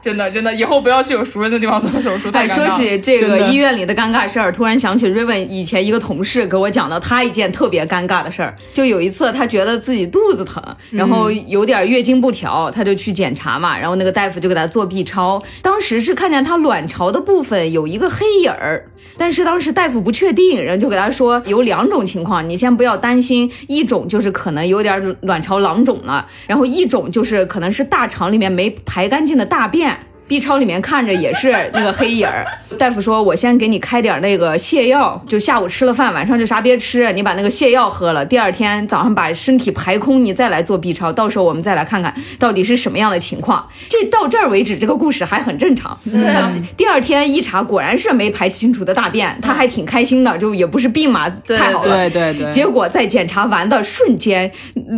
真的真的，以后不要去有熟人的地方做手术， (laughs) 太
哎，
尴尬
说
了。
起这
真
个
的
医院里的尴尬事儿，突然想起瑞文以前一个同事给我讲的他一件特别尴尬的事儿。就有一次，他觉得自己肚子疼，
嗯
然后有点月经不调，他就去检查嘛，然后那个大夫就给他做 B 超，当时是看见他卵巢的部分有一个黑影儿，但是当时大夫不确定，人就给他说有两种情况，你先不要担心，一种就是可能有点卵巢囊肿了，然后一种就是可能是大肠里面没排干净的大便。 B 超里面看着也是那个黑影儿。大夫说：“我先给你开点儿那个泻药，就下午吃了饭，晚上就啥别吃，你把那个泻药喝了，第二天早上把身体排空，你再来做 B 超，到时候我们再来看看到底是什么样的情况。”这到这儿为止，这个故事还很正常。
对啊，
第二天一查，果然是没排清楚的大便，他还挺开心的，就也不是病嘛，太好
对
了。
对对，
结果在检查完的瞬间，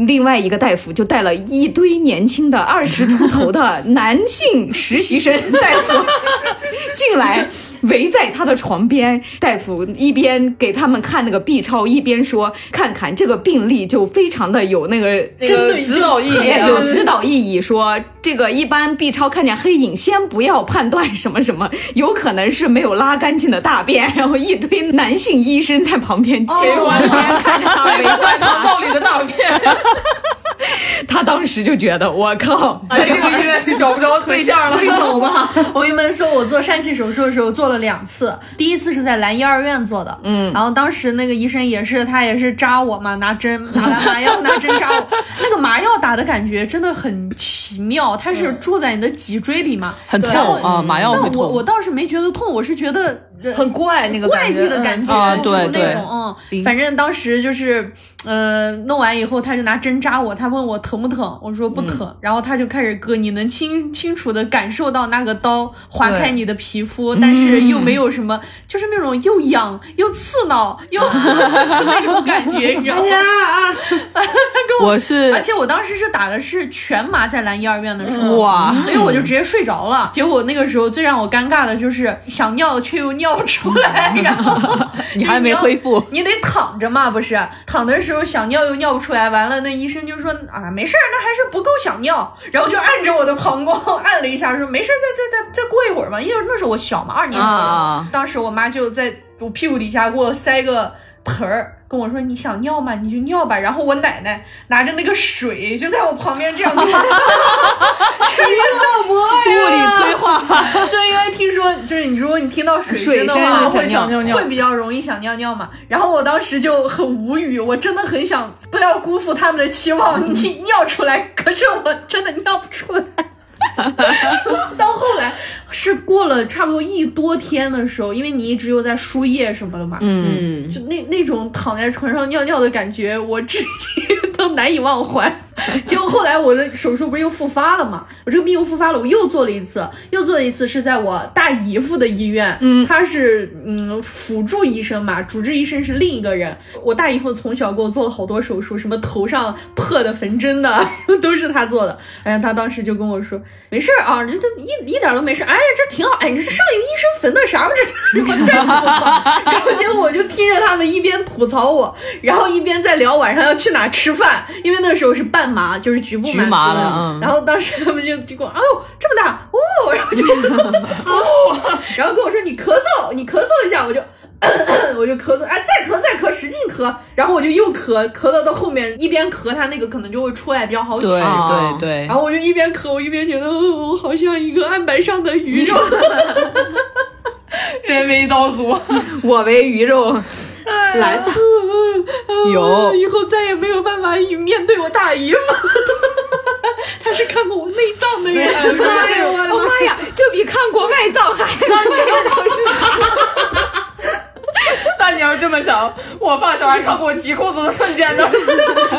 另外一个大夫就带了一堆年轻的二十出头的男性实习生大夫 (laughs) 进来，围在他的床边。大夫一边给他们看那个 B 超，一边说：“看看这个病例就非常的有那个
真的指导意义啊，
有指导意义说，这个一般 B 超看见黑影，先不要判断什么什么，有可能是没有拉干净的大便。然后一堆男性医生在旁边接入观看着他围观
肠道里的大便。
(laughs) 他当时就觉得我 (laughs) 靠，
哎，这个医院是找不着对象了。
(laughs)
走吧。
(laughs) 我跟你们说，我做疝气手术的时候做了两次，第一次是在兰医二院做的，嗯，然后当时那个医生也是，他也是扎我嘛，拿针拿来麻药，拿针扎我， (laughs) 那个麻药打的感觉真的很奇妙，它是住在你的脊椎里嘛，
很痛
然后
啊麻药
但
会
我
痛
我倒是没觉得痛，我是觉得呃
很怪那个
怪
感觉
异的感觉，
嗯啊
就是
对
那
对
种嗯，反正当时就是，呃，弄完以后他就拿针扎我，他问我疼不疼，我说不
嗯
疼，然后他就开始割，你能清清楚的感受到那个刀划开你的皮肤，但
嗯
是又没有什么，就是那种又痒又刺挠又 (laughs) 就那种感觉，你知道
哎
吗？
(laughs) 我是
而且我当时是打的是全麻，在兰医二院的时候，
嗯哇嗯
所以我就直接睡着了。结果那个时候最让我尴尬的就是想尿却又尿不出
(laughs)
来，然后
你还没恢复，
你得躺着嘛，不是？躺的时候想尿又尿不出来，完了那医生就说啊，没事儿，那还是不够想尿，然后就按着我的膀胱按了一下，说没事儿，再再再再过一会儿吧，因为那时候我小嘛，二年级，
啊
当时我妈就在我屁股底下给我塞个盆儿。跟我说你想尿吗？你就尿吧。然后我奶奶拿着那个水就在我旁边
(laughs)
这样 (laughs) 给我
物理催化。 (laughs)
就是因为听说，就是你如果你听到水
水
声的
声
话，
就
会
想尿
想会比较容易想尿尿嘛。然后我当时就很无语，我真的很想不要辜负他们的期望，你尿出来，可是我真的尿不出来。就 (laughs) 到后来是过了差不多一多天的时候，因为你一直又在输液什么的嘛，
嗯，
就那那种躺在床上尿尿的感觉，我至今都难以忘怀。结果后来我的手术不是又复发了嘛？我这个病又复发了，我又做了一次，又做了一次是在我大姨夫的医院，嗯，他是嗯辅助医生嘛，主治医生是另一个人。我大姨夫从小给我做了好多手术，什么头上破的、缝针的， (laughs) 都是他做的。哎呀，他当时就跟我说，没事儿啊，这这一一点都没事。哎呀，这挺好。哎，你这是上一个医生缝的啥嘛？这我就开始吐槽， (laughs) 然后结果我就听着他们一边吐槽我，然后一边在聊晚上要去哪吃饭，因为那时候是半麻，就是局部
局
满足
麻了嗯
然后当时他们就就跟我，哦，这么大哦，然后就 (laughs) 哦，然后跟我说你咳嗽，你咳嗽一下，我就。 (clears throat) 我就咳嗽，哎，再咳再咳，使劲咳，然后我就又咳，咳到到后面一边咳，它那个可能就会出来比较好取
对
啊
对对
然，后我就一边咳，我一边觉得，哦，我好像一个案板上的鱼肉。
人为刀俎，
我为鱼肉来
(laughs)
的，有
以后再也没有办法与面对我大姨夫。 (laughs) 他是看过我内脏的人，
哎呦我的妈呀，这比看过外脏还那你是啥？
(laughs) 那你要这么想，我发小还看过我提裤子的瞬间呢。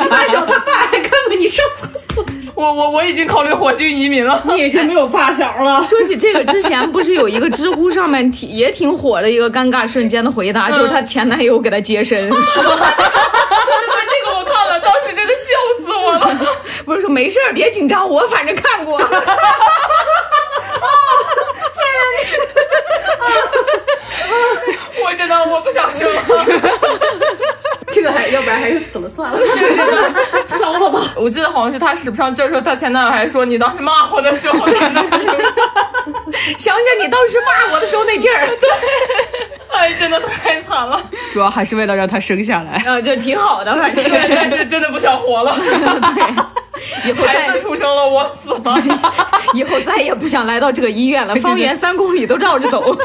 发小他爸还看过你上厕所。
我我我已经考虑火星移民了。
你也就没有发小了。
说起这个，之前不是有一个知乎上面挺也挺火的一个尴尬瞬间的回答，就是她前男友给她接 (laughs) 生，
那 (laughs) 这个我看了，当时真的笑死我了。
不是说没事儿别紧张，我反正看 (laughs) 过。
我真的我不想生了。
(laughs) 这个还要不然还是死
(laughs)
了算了。 (laughs)
我记得好像是她使不上劲儿的时候，她前男友还说你当时骂我的时候，
想想你当时骂我的时候那劲儿， (laughs) 对，
哎，真的太惨 (laughs) 了。
主要还是为了让他生下
(laughs)
来。
嗯，就挺好的，反正
对，但是真的不想活 (laughs) 了。
(laughs) 以后
孩
再
子出生了，我死了。
以后再也不想来到这个医院了，方圆三公里都绕着走。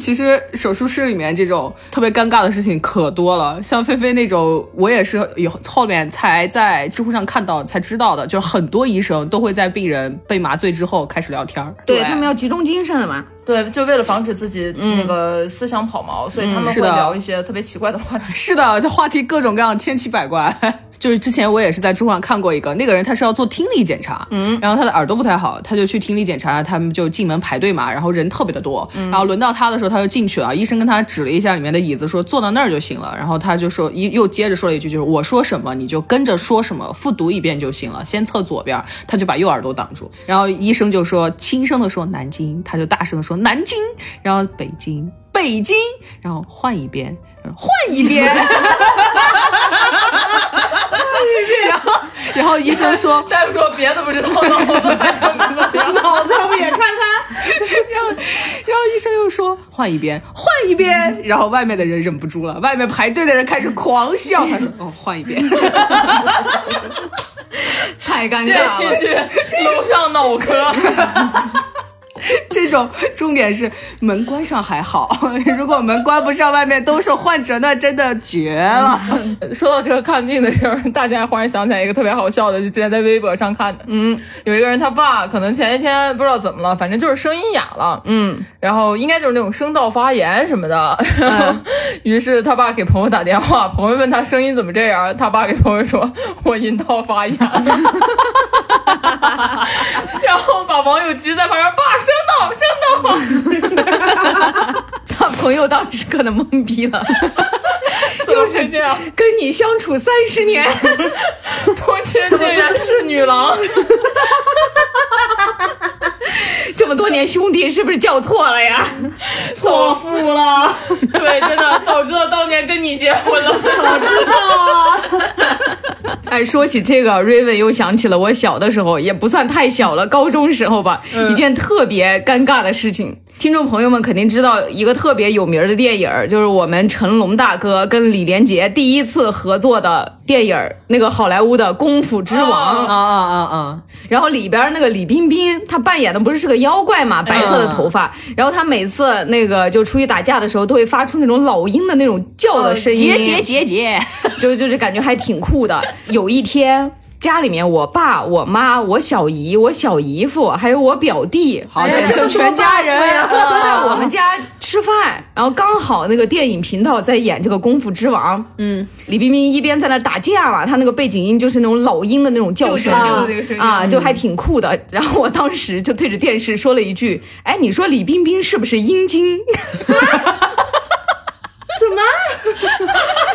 其实手术室里面这种特别尴尬的事情可多了，像菲菲那种，我也是以后后面才在知乎上看到才知道的，就是很多医生都会在病人被麻醉之后开始聊天儿，
对他们要集中精神的嘛。
(laughs)
(laughs)
对，就为了防止自己那个思想跑毛，所以他们
是
会
的
聊一些特别奇怪的话题。
是的，这话题各种各样，千奇百怪。就是之前我也是在知乎上看过一个，那个人他是要做听力检查，嗯，然后他的耳朵不太好，他就去听力检查，他们就进门排队嘛，然后人特别的多，然后轮到他的时候他就进去了，医生跟他指了一下里面的椅子，说坐到那儿就行了，然后他就说一又接着说了一句，就是我说什么你就跟着说什么，复读一遍就行了，先测左边，他就把右耳朵挡住，然后医生就说轻声的说南京，他就大声的说南京，然后北京北京，然后换一遍。换一边。然后，然后医生说，
大夫说别的不知 (laughs) 道，脑子还能怎么样？
脑子我也看看。
(laughs) 然后医生又说换一边，换一边。然后外面的人忍不住了，外面排队的人开始狂笑。他说：“哦，换一边。
太尴
建
尬
议
了。
去楼上脑科。”
这种重点是门关上还好， (laughs) 如果门关不上，外面都是患者，那真的绝了。
说到这个看病的事儿，大家忽然想起来一个特别好笑的，就今天在微博上看的。嗯，有一个人他爸可能前一天不知道怎么了，反正就是声音哑了。嗯，然后应该就是那种声道发炎什么的。嗯 (laughs) 于是他爸给朋友打电话，朋友问他声音怎么这样，他爸给朋友说：“我阴道发 (laughs) 炎。”然后把网友急在旁边，爸声道声道。
他朋友当时可能懵逼了， (laughs)
怎么会这样？ (laughs)
跟你相处三十年， (laughs)
我天，竟然是女郎。
这么多年兄弟是不是叫错了呀？ (laughs)
错付了，
(laughs) 对，真的，早知道当年跟你结婚了。
早知道。
哎，说起这个，Raven 又想起了我小的时候，也不算太小了，高中时候吧，一件特别尴尬的事情。听众朋友们肯定知道一个特别有名的电影儿，就是我们成龙大哥跟李连杰第一次合作的电影儿，那个好莱坞的《功夫之王》
哦
啊啊啊！
然后里边那个李冰冰，她扮演的不是是个妖怪嘛，白色的头发。然后她每次那个就出去打架的时候，都会发出那种老鹰的那种叫的声音，
结结，
就就是感觉还挺酷的。有一天。家里面，我爸、我妈、我小姨、我小姨夫，还有我表弟，
好，简称全家人
(laughs) 都在我们家吃饭，然后刚好那个电影频道在演这个《功夫之王》，嗯，李冰冰一边在那打架嘛，她那个背景音就是那种老鹰的那种叫
就是
声，
就是那个声音
啊，就还挺酷的。然后我当时就对着电视说了一句：“哎，你说李冰冰是不是阴茎？”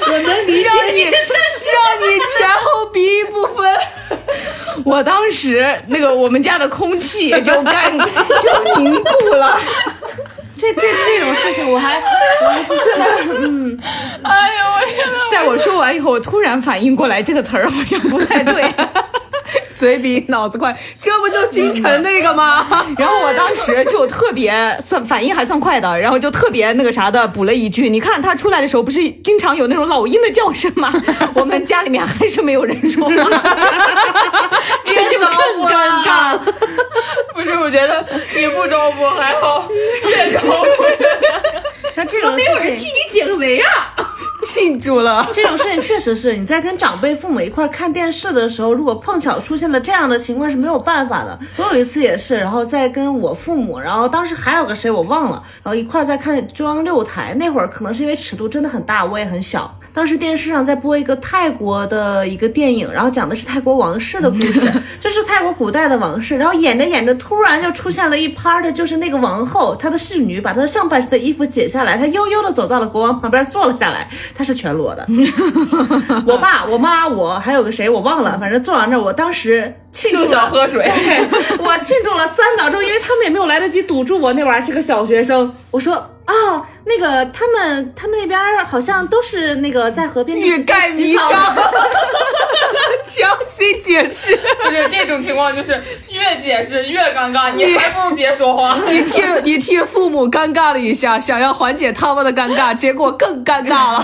我能理解你，
让你前后鼻翼不分。
(laughs) 我当时那个我们家的空气就干 (laughs) 就凝固了。
这这这种事情我还我还是真的，嗯，
哎呦，我天呐！
(laughs) 在我说完以后，我突然反应过来，这个词儿好像不太 (laughs) 对。
嘴比脑子快，这不就京城那个吗？
然后我当时就特别算反应还算快的，然后就特别那个啥的补了一句：“你看他出来的时候不是经常有那种老鹰的叫声吗？ (laughs) 我们家里面还是没有人 (laughs) 说话，这就更尴尬了。
不是，我觉得你不招呼还好，别招呼。
那这种
有人
事
替
情，
你解个围啊！
庆祝了，
这种事情确实是你在跟长辈、父母一块儿看电视的时候，如果碰巧出现了这样的情况是没有办法的。我有一次也是，然后在跟我父母，然后当时还有个谁我忘了，然后一块儿在看中央六台，那会儿可能是因为尺度真的很大，我也很小。当时电视上在播一个泰国的一个电影，然后讲的是泰国王室的故事，就是泰国古代的王室。然后演着演着，突然就出现了一趴的，就是那个王后，她的侍女把她的上半身的衣服解下来，她悠悠的走到了国王旁边坐了下来，她是全裸的。我爸、我妈、我还有个谁我忘了，反正坐完那儿，我当时庆祝
就想
了，
喝水，
我庆祝了三秒钟，因为他们也没有来得及堵住我，那玩意儿是个小学生，我说啊、
哦
那个他们他们那边儿好像都是那个在河边
欲盖弥
洗澡
彰。哦强行解释，
不是这种情况，就是越解释越尴尬，你还不如别说话。
你替你替父母尴尬了一下，想要缓解他们的尴尬，结果更尴尬了。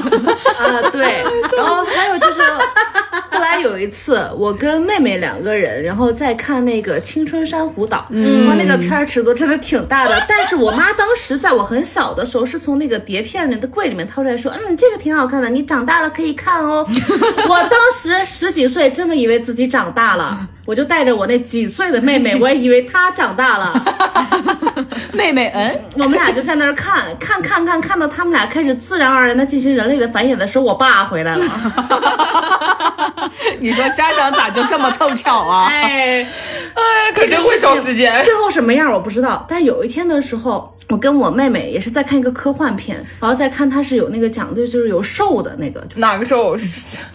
啊，对。然后还有就是，后来有
一次我跟妹妹两个人，然后在看那个《青春珊瑚岛》，嗯，哇，那个片儿尺度真的挺大的。但是我妈当时在我很小的时候，是从那个碟片里的柜里面掏出来说，嗯，这个挺好看的，你长大了可以看哦。我当时十几岁，真的以为自己长大了。我就带着我那几岁的妹妹，我也以为她长大了。
妹妹，嗯，
我们俩就在那儿看，看，看，看，看到他们俩开始自然而然的进行人类的繁衍的时候，我爸回来了。
你说家长咋就这么凑巧啊？
哎，
哎，可真会找时间。
最后什么样我不知道，但是有一天的时候，我跟我妹妹也是在看一个科幻片，然后再看它是有那个讲的就是有兽的那个，
哪个手？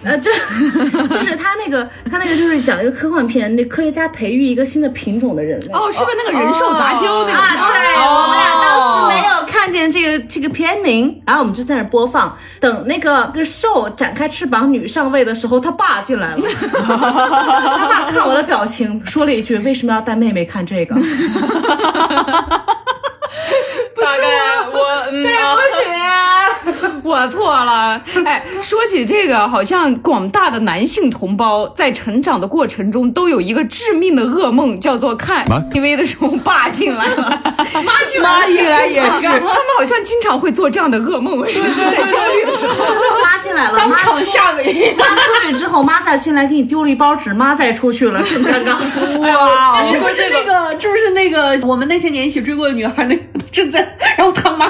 呃， (laughs) 就就是它那个它那个就是讲一个科幻片，那科学家培育一个新的品种的人类。
哦，是不是那个人兽杂交那个片
啊，
儿？
对，我们俩当时没有看见这个这个片名，然后我们就在那儿播放。等那个那个兽展开翅膀女上位的时候，他爸进来了， (laughs) 他爸看我的表情，说了一句：“为什么要带妹妹看这个？”
大概我嗯，啊
我错了。 (laughs) 哎，说起这个，好像广大的男性同胞在成长的过程中都有一个致命的噩梦，叫做看 TV 的时候爸进来了，妈进来了，
(laughs) (laughs) 妈进来也是
他们好像经常会做这样的噩梦，在焦虑的时候。
(laughs)
(laughs) 妈进来了，
当
妈
场
出
吓没。
妈出去之后，妈再进来给你丢了一包纸，妈再出去了，真尴 (laughs) 尬。
哎哇你
是
说
不哎是
这
那
个，
个？是不是那个？我们那些年一起追过的女孩，那个正在，然后他妈，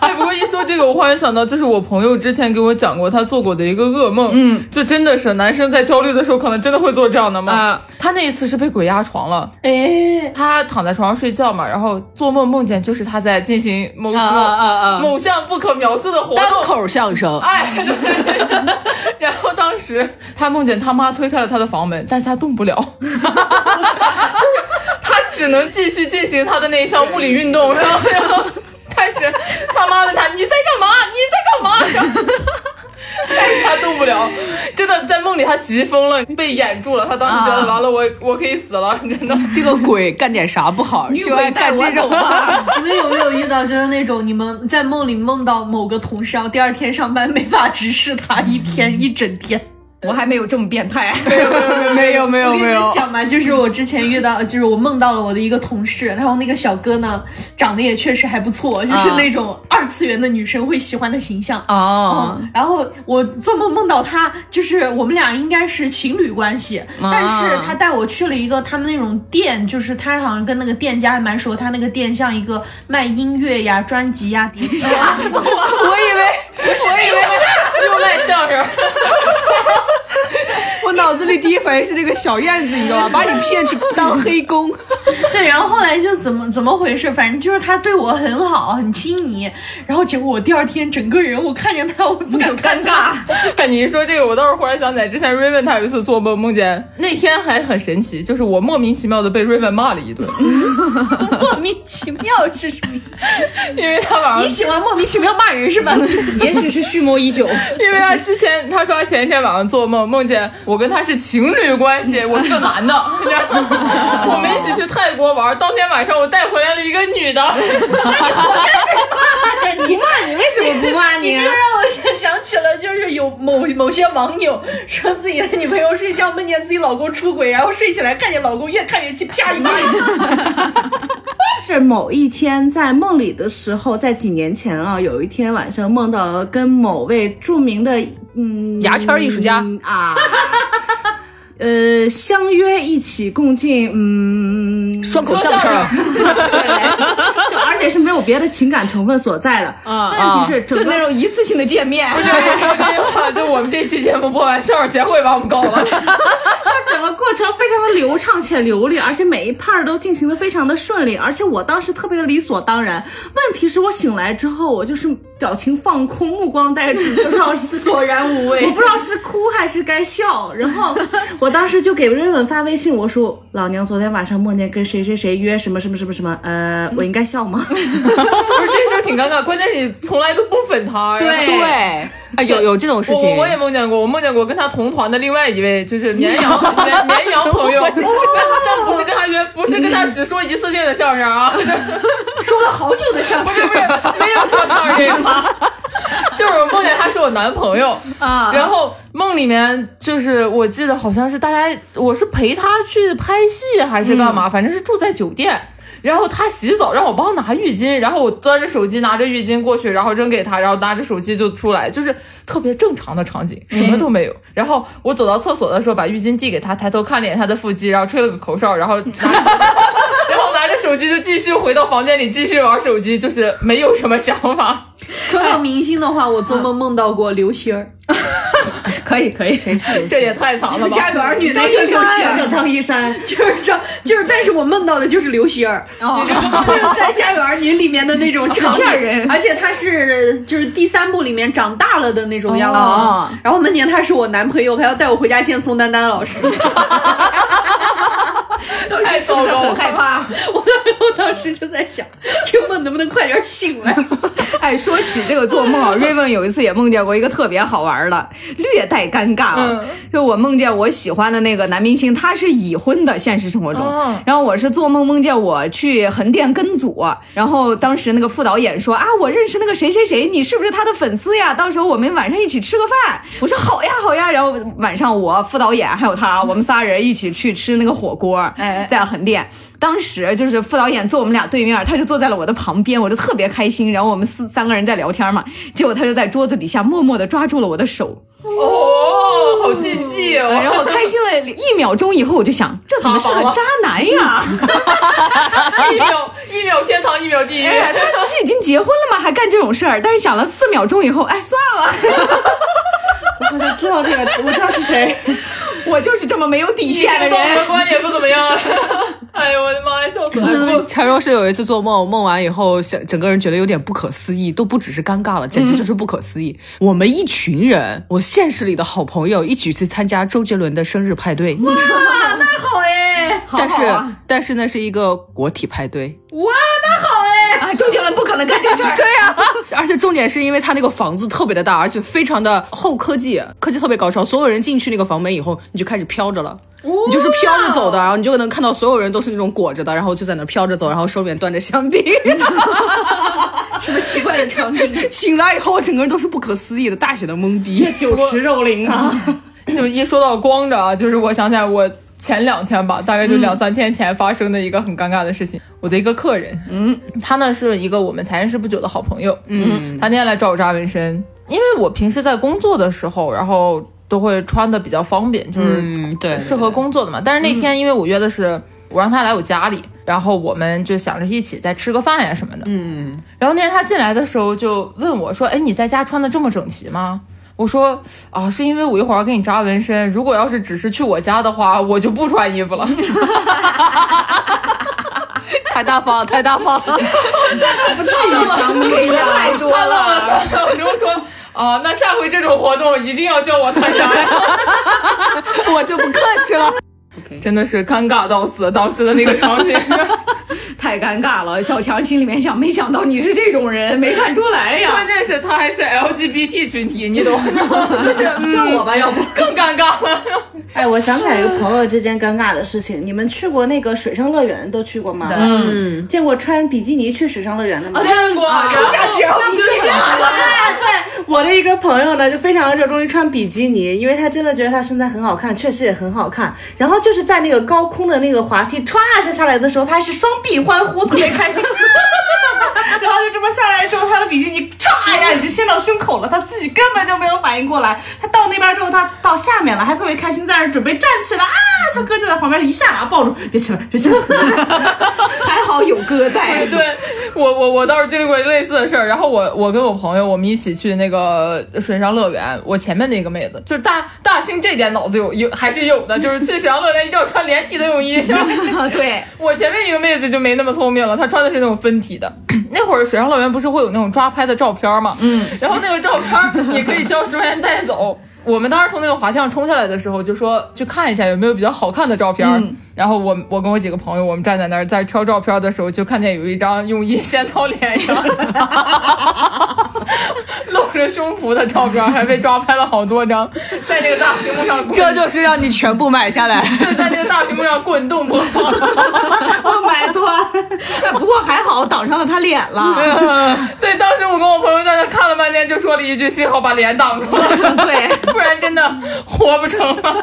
哎，不过一说这个，我忽然想到，就是我朋友之前给我讲过他做过的一个噩梦，嗯，就真的是男生在焦虑的时候，可能真的会做这样的梦。
啊
他那一次是被鬼压床了，
哎，
他躺在床上睡觉嘛，然后做梦梦见就是他在进行某
啊啊啊啊
某项不可描述的活
单
动。
口相声，
哎， (laughs) 对，然后当时他梦见他妈推开了他的房门，但是他动不了， (laughs) 就是他只能继续进行他的那项物理运动，然后，然后但是他妈问他你在干嘛？你在干嘛？然 (laughs) 后但是他动不了，真的在梦里他急疯了，被掩住了。他当时觉得完了，我我可以死了，真的。
这个鬼干点啥不好，就爱干这种。
(laughs) 你们有没有遇到就是那种你们在梦里梦到某个同事，然后第二天上班没法直视他一天一整天？
我还没有这么变态，
没有没有
我
没
跟 (laughs) 你
有
们，讲吧，就是我之前遇到，就是我梦到了我的一个同事，然后那个小哥呢，长得也确实还不错，就是那种二次元的女生会喜欢的形象。
哦
嗯，然后我做梦梦到他，就是我们俩应该是情侣关系，
啊
但是他带我去了一个他们那种店，就是他好像跟那个店家还蛮熟，他那个店像一个卖音乐呀、专辑呀、碟片呀
我以为我以为
又卖相声，
我脑子里第一反应是那个小燕子，你知
(laughs)
道吧？把你骗去当黑工，
(laughs) 对，然后后来就怎么怎么回事，反正就是他对我很好，很亲昵。然后结果我第二天整个人，我看见他，我不敢看他。
看 (laughs) 你一说这个，我倒是忽然想起来，之前 Raven 他有一次做梦，梦见那天还很神奇，就是我莫名其妙的被 Raven 骂了一顿， (laughs)
莫名其妙是什么？
因为他晚上
哎你喜欢莫名其妙骂人嗯是吧？
也
(laughs)
许是蓄谋已久。
因为他之前他说他前一天晚上做梦，梦见我跟他是情侣关系，我是个男的，然后我们一起去泰国玩，当天晚上我带回来了一个女的， (laughs)
你骂你为什么不啊骂你
这让我想起了，就是有某某些网友说自己的女朋友睡觉梦见自己老公出轨，然后睡起来看见老公越看越气，啪一巴掌。
是某一天在梦里的时候，在几年前啊，有一天晚上梦到了跟某位著名的嗯
牙签儿艺术家
嗯啊， (laughs) 呃相约一起共进嗯
双口相声，
对就而且是没有别的情感成分所在的。问题是整
就那
个。
种一次性的见面，
就我们这期节目播完，校友协会把我们告了，
整个过程非常的流畅且流利，而且每一 part 都进行的非常的顺利，而且我当时特别的理所当然。问题是我醒来之后，我就是表情放空，目光呆滞，不知道 (laughs) 是
索然无味
我不知道是哭还是该笑。然后我当时就给瑞文发微信，我说老娘昨天晚上梦见跟谁谁谁约什么什么什么什么，呃，我应该笑吗？
不是这事儿挺尴尬，关键是你从来都不粉他，然后
对
对，啊有有这种事
我
情，
我我也梦见过，我梦见过跟他同团的另外一位就是绵阳
(laughs)
绵绵阳朋友，但但不是跟他约，不是跟他只说一次性的相声啊，
(laughs) 说了好久的相
不
声
是，
(laughs)
不是没有说相声这一趴，就是我梦见他是我男朋友啊，然后梦里面就是我记得好像是大家我是陪他去拍戏还是干嘛，反正是住在酒店。然后他洗澡让我帮他拿浴巾，然后我端着手机拿着浴巾过去，然后扔给他，然后拿着手机就出来，就是特别正常的场景，什么都没有。然后我走到厕所的时候，把浴巾递给他，抬头看了一眼他的腹肌，然后吹了个口哨，然后拿 (laughs) 然后拿着手机就继续回到房间里继续玩手机，就是没有什么想法。
(laughs) 说到明星的话，我做梦梦到过刘星儿，
可以可以，
这也太惨了吧！
家有儿女的那个刘星
想想
儿，
张一山，
啊 (laughs) 就是张，就是，但是我梦到的就是刘星儿，就是在《家有儿女》里面的那种场景
纸片人
而且他是就是第三部里面长大了的那种样子。啊
哦
然后梦见他是我男朋友，还要带我回家见宋丹丹老师， (laughs)
太糟糕了，
害怕。
我我当时就在想，这个梦能不能快点醒来？ (laughs)
(laughs) 哎，说起这个做梦啊，Raven 有一次也梦见过一个特别好玩的，略带尴尬啊。就我梦见我喜欢的那个男明星，他是已婚的，现实生活中。
哦
然后我是做梦梦见我去横店跟组，然后当时那个副导演说啊，我认识那个谁谁谁，你是不是他的粉丝呀？到时候我们晚上一起吃个饭。我说好呀好呀。然后晚上我副导演还有他，我们仨人一起去吃那个火锅，
哎
在横店。当时就是副导演坐我们俩对面，他就坐在了我的旁边，我就特别开心。然后我们四三个人在聊天嘛，结果他就在桌子底下默默地抓住了我的手，
哦，好禁忌哦。
然后我开心了一秒钟以后，我就想这怎么是个渣男呀？
一 (laughs) 秒一秒天堂，一秒地狱。
哎， (laughs) 他不是已经结婚了吗？还干这种事儿？但是想了四秒钟以后，哎，算了，
我好像知道这个，我知道是谁。
(laughs) 我就是这么没有底
你
线的
这道
人。
德观也不怎么样 (laughs) 了。哎呦我的妈呀，笑死了！不过
陈若是有一次做梦，梦完以后，想整个人觉得有点不可思议，都不只是尴尬了，简直就是不可思议。我们一群人，我现实里的好朋友一起去参加周杰伦的生日派对，
好哎，好
但是
好啊
但是那是一个国体派对，
哇，那好哎，
啊，周杰伦不可能干这事儿。
对呀、而且重点是因为他那个房子特别的大，而且非常的后科技，科技特别高超。所有人进去那个房门以后，你就开始飘着了，你就是飘着走的，然后你就能看到所有人都是那种裹着的，然后就在那飘着走，然后手里面端着香槟。
(laughs) 什么奇怪的场景？
(laughs) 醒来以后，我整个人都是不可思议的大写的懵逼。
酒池肉林啊！
(laughs) 就一说到光着啊，就是我想起来我前两天吧，大概就两三天前发生的一个很尴尬的事情。我的一个客人，嗯，他呢是一个我们才认识不久的好朋友，嗯，他那天来找我扎纹身，因为我平时在工作的时候，然后都会穿的比较方便，就是
嗯，对嗯
适合工作的嘛。但是那天因为我约的是我让他来我家里，然后我们就想着一起再吃个饭呀什么的。嗯。然后那天他进来的时候就问我说：“哎，你在家穿的这么整齐吗？”我说：“啊，是因为我一会儿要给你扎纹身，如果要是只是去我家的话，我就不穿衣服
(laughs)
了。”
太大方了，太大方了。
给的太多
他愣了
了。
三秒钟说：“啊，那下回这种活动一定要叫我参加呀！”
(laughs) 我就不客气了。
(laughs) 真的是尴尬到死，当时的那个场景。
(laughs) 太尴尬了，小强心里面想，没想到你是这种人，没看出来呀。
(laughs) 关键是他还是 LGBT 群体，你懂
(laughs)
吗？就是、嗯、
叫我吧，要不
更尴
(laughs)
尬了。
哎，我想起来一个朋友之间尴尬的事情，你们去过那个水上乐园都去过吗？嗯，见过穿比基尼去水上乐园的吗？啊
见过，
下去，然后你是
我的一个朋友呢，就非常热衷于穿比基尼，因为他真的觉得他身材很好看，确实也很好看。然后就是在那个高空的那个滑梯唰一下下来的时候，他还是双臂欢呼，特别 (laughs) 开心。
然后就这么下来之后，他的比基尼唰一下已经掀到胸口了，他自己根本就没有反应过来。他到那边之后，他到下面了，还特别开心，在那儿准备站起来啊，他哥就在旁边一下把他抱住，别起来，别起来。
还好有哥在，
哎对我我我倒是经历过类似的事儿。然后我我跟我朋友我们一起去那个水上乐园，我前面那个妹子就是大大清这点脑子有有还是有的，就是去水上乐园一定要穿连体的泳衣。 (laughs)
对，
我前面一个妹子就没那么聪明了，她穿的是那种分体的。 (clears throat) 那会儿水上乐园不是会有那种抓拍的照片吗？嗯，然后那个照片也可以交十块钱带走。我们当时从那个滑翔冲下来的时候，就说去看一下有没有比较好看的照片。然后我我跟我几个朋友，我们站在那儿在挑照片的时候，就看见有一张用一仙到脸上， (laughs) 露着胸脯的照片，还被抓拍了好多张，在那个大屏幕上，
这就是让你全部买下来。
就在那个大屏幕上滚动播放。
我买断。
哎不过还好挡上了他脸 (laughs) 了。
(laughs) 对，当时我跟我朋友在那看了半天，就说了一句：“幸好把脸挡住了，对， (laughs) 不然真的活不成了，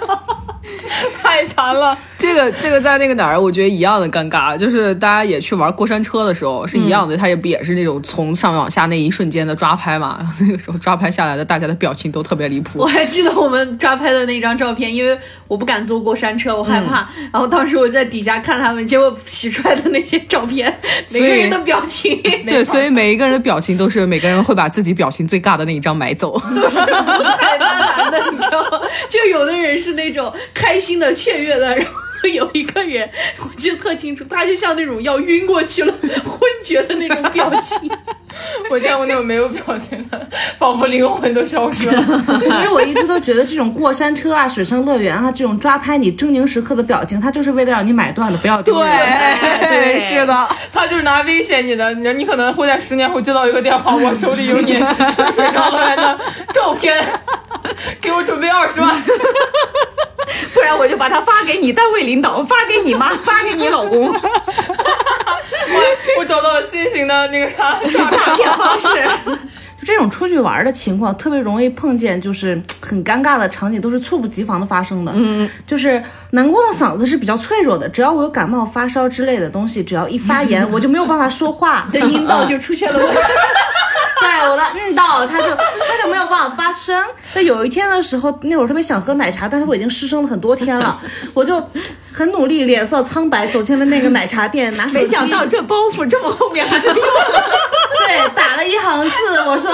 太惨了。
这个这个在那个哪儿，我觉得一样的尴尬，就是大家也去玩过山车的时候是一样的，他也不也是那种从上往下那一瞬间的抓拍嘛，然后那个时候抓拍下来的，大家的表情都特别离
我
谱。
还记得我们抓拍的那张照片，因为我不敢坐过山车，我害怕。然后当时我在底下看他们，结果洗出来的那些照片，
所
每个
以
人的表情
对，所以每一个人的表情都是每个人会把自己表情最尬的那一张买走。
都是五彩斑斓的，你知道吗？ (laughs) 就有的人是那种开心的、雀跃的，然后。有一个人，我记得特清楚，他就像那种要晕过去了、昏厥的那种表情。
我见过那种没有表情的，仿佛灵魂都消失了。
因为我一直都觉得这种过山车啊、水上乐园啊这种抓拍你狰狞时刻的表情，它就是为了让你买断的，不要丢人。
对，是的，
他就是拿威胁你的，你你可能会在十年后接到一个电话，我手里有你春水上乐园的照片，给我准备二十万。
不然我就把它发给你单位领导，发给你妈，发给你老公。
我我找到了新型的那个啥诈骗。
就这种出去玩的情况，特别容易碰见，就是很尴尬的场景，都是猝不及防的发生的。嗯，就是南宫的嗓子是比较脆弱的，只要我有感冒、发烧之类的东西，只要一发炎，我就没有办法说
(laughs)
话。
(laughs) 的阴道就出现了问题。 (laughs)
对我的嗯道，他就 (laughs) 他就没有办法发声。但有一天的时候，那会儿特别想喝奶茶，但是我已经失声了很多天了，我就很努力，脸色苍白，走进了那个奶茶店，拿手机，
没想到这包袱这么后面还能用，
对打了一行字， (laughs) 我说。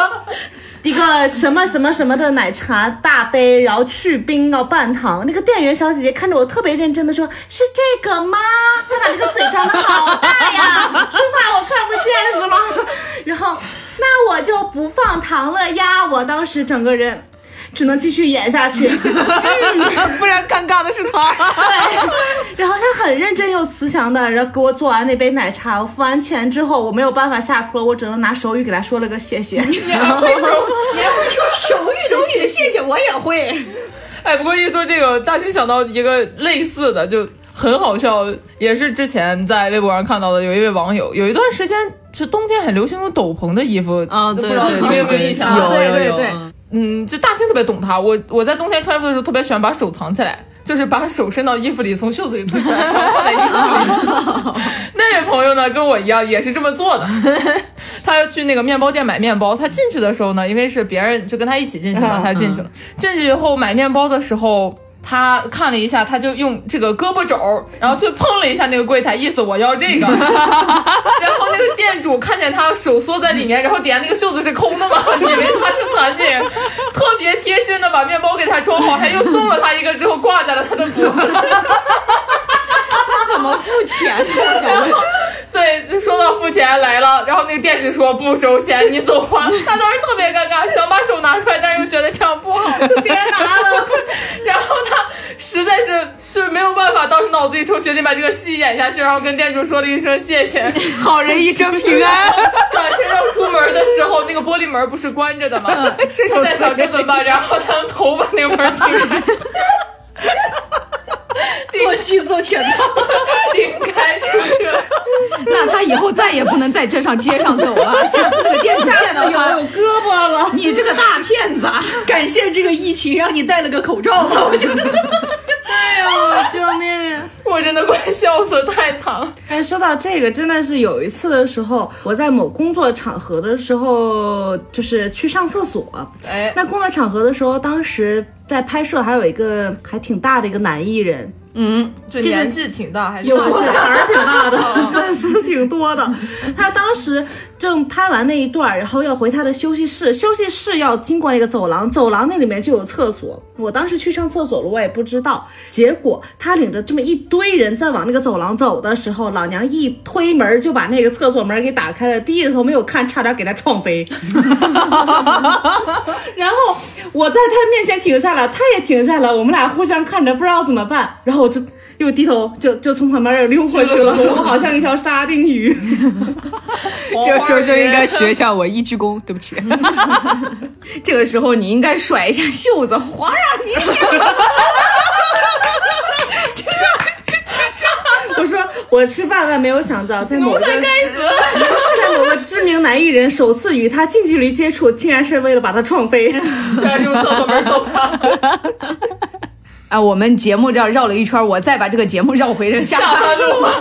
一个什么什么什么的奶茶大杯，然后去冰要半糖。那个店员小姐姐看着我特别认真的说：“是这个吗？”她把那个嘴张得好大呀， (laughs) 生怕我看不见是吗？ (laughs) 然后那我就不放糖了呀。我当时整个人只能继续演下
(laughs)
去。
不然尴尬的是他。
然后他很认真又慈祥的，然后给我做完那杯奶茶。我付完钱之后，我没有办法下坡，我只能拿手语给他说了个谢
(laughs)
谢。
手语的谢谢我也会。
哎，不过一说这个，大清想到一个类似的，就很好笑，也是之前在微博上看到的，有一位网友有一段时间是冬天很流行那种斗篷的衣服
啊，
不
对
知道
对
你们
对
有没有
对，
印象？
有
对对
有有
对。
嗯，就大清特别懂他，我我在冬天穿衣服的时候特别喜欢把手藏起来。就是把手伸到衣服里，从袖子里退出来， (laughs) 然后放在衣服里。那位朋友呢，跟我一样，也是这么做的。他要去那个面包店买面包，他进去的时候呢，因为是别人就跟他一起进去嘛，他就进去了。进去以后买面包的时候，他看了一下，他就用这个胳膊肘，然后去碰了一下那个柜台，意思我要这个。然 (laughs) 后那个店主看见他手缩在里面，然后底下那个袖子是空的嘛，以为他是残疾人，特别贴心的把面包给他装好，还又送了他一个，之后挂在了他的脖子。
怎么付钱呢？小郑，
对，说到付钱来了，然后那个店主说不收钱，你走吧。他当时特别尴尬，想把手拿出来，但是又觉得这样不好，别拿了。 (laughs) 然后他实在是就是没有办法，当时脑子一抽，决定把这个戏演下去，然后跟店主说了一声谢谢。
好人一生平安。
(laughs) 转身要出门的时候，那个玻璃门不是关着的吗？
嗯
他在想这怎么办，然后他用头把那个门
(laughs)
顶开，
做戏做全套，
顶开出去了。
(laughs) 那他以后再也不能在这上街上走
(laughs)
了。下次那个店主见到他，
胳膊了，
你这个大骗子啊！
(laughs) 感谢这个疫情让你戴了个口罩 (laughs) 吧，我就
哎呦，救命啊！
我真的快笑死了，太惨了。
哎，说到这个，真的是有一次的时候，我在某工作场合的时候，就是去上厕所。
哎，
那工作场合的时候，当时在拍摄，还有一个还挺大的一个男艺人，
就年纪挺大，还是
有
大学
是胆儿挺大的， (laughs) 粉丝挺多的。他当时正拍完那一段儿，然后要回他的休息室，休息室要经过那个走廊，走廊那里面就有厕所。我当时去上厕所了，我也不知道。结果他领着这么一堆人在往那个走廊走的时候，老娘一推门就把那个厕所门给打开了，低着头没有看，差点给他撞飞。然后我在他面前停下了，他也停下了，我们俩互相看着，不知道怎么办。然后我就又低头就就从旁边儿溜过去了，我好像一条沙丁鱼。 (laughs)
这个时 (laughs) 候就应该学一下我一鞠躬，对不起。
(laughs) 这个时候你应该甩一下袖子，皇上您
我说我吃饭万没有想到，在某个
该死！
在某个知名男艺人首次与他近距离接触，竟然是为了把他撞飞。
在用厕所门揍他，
(laughs) 啊，我们节目这样绕了一圈，我再把这个节目绕回这下
吓
半
他住了，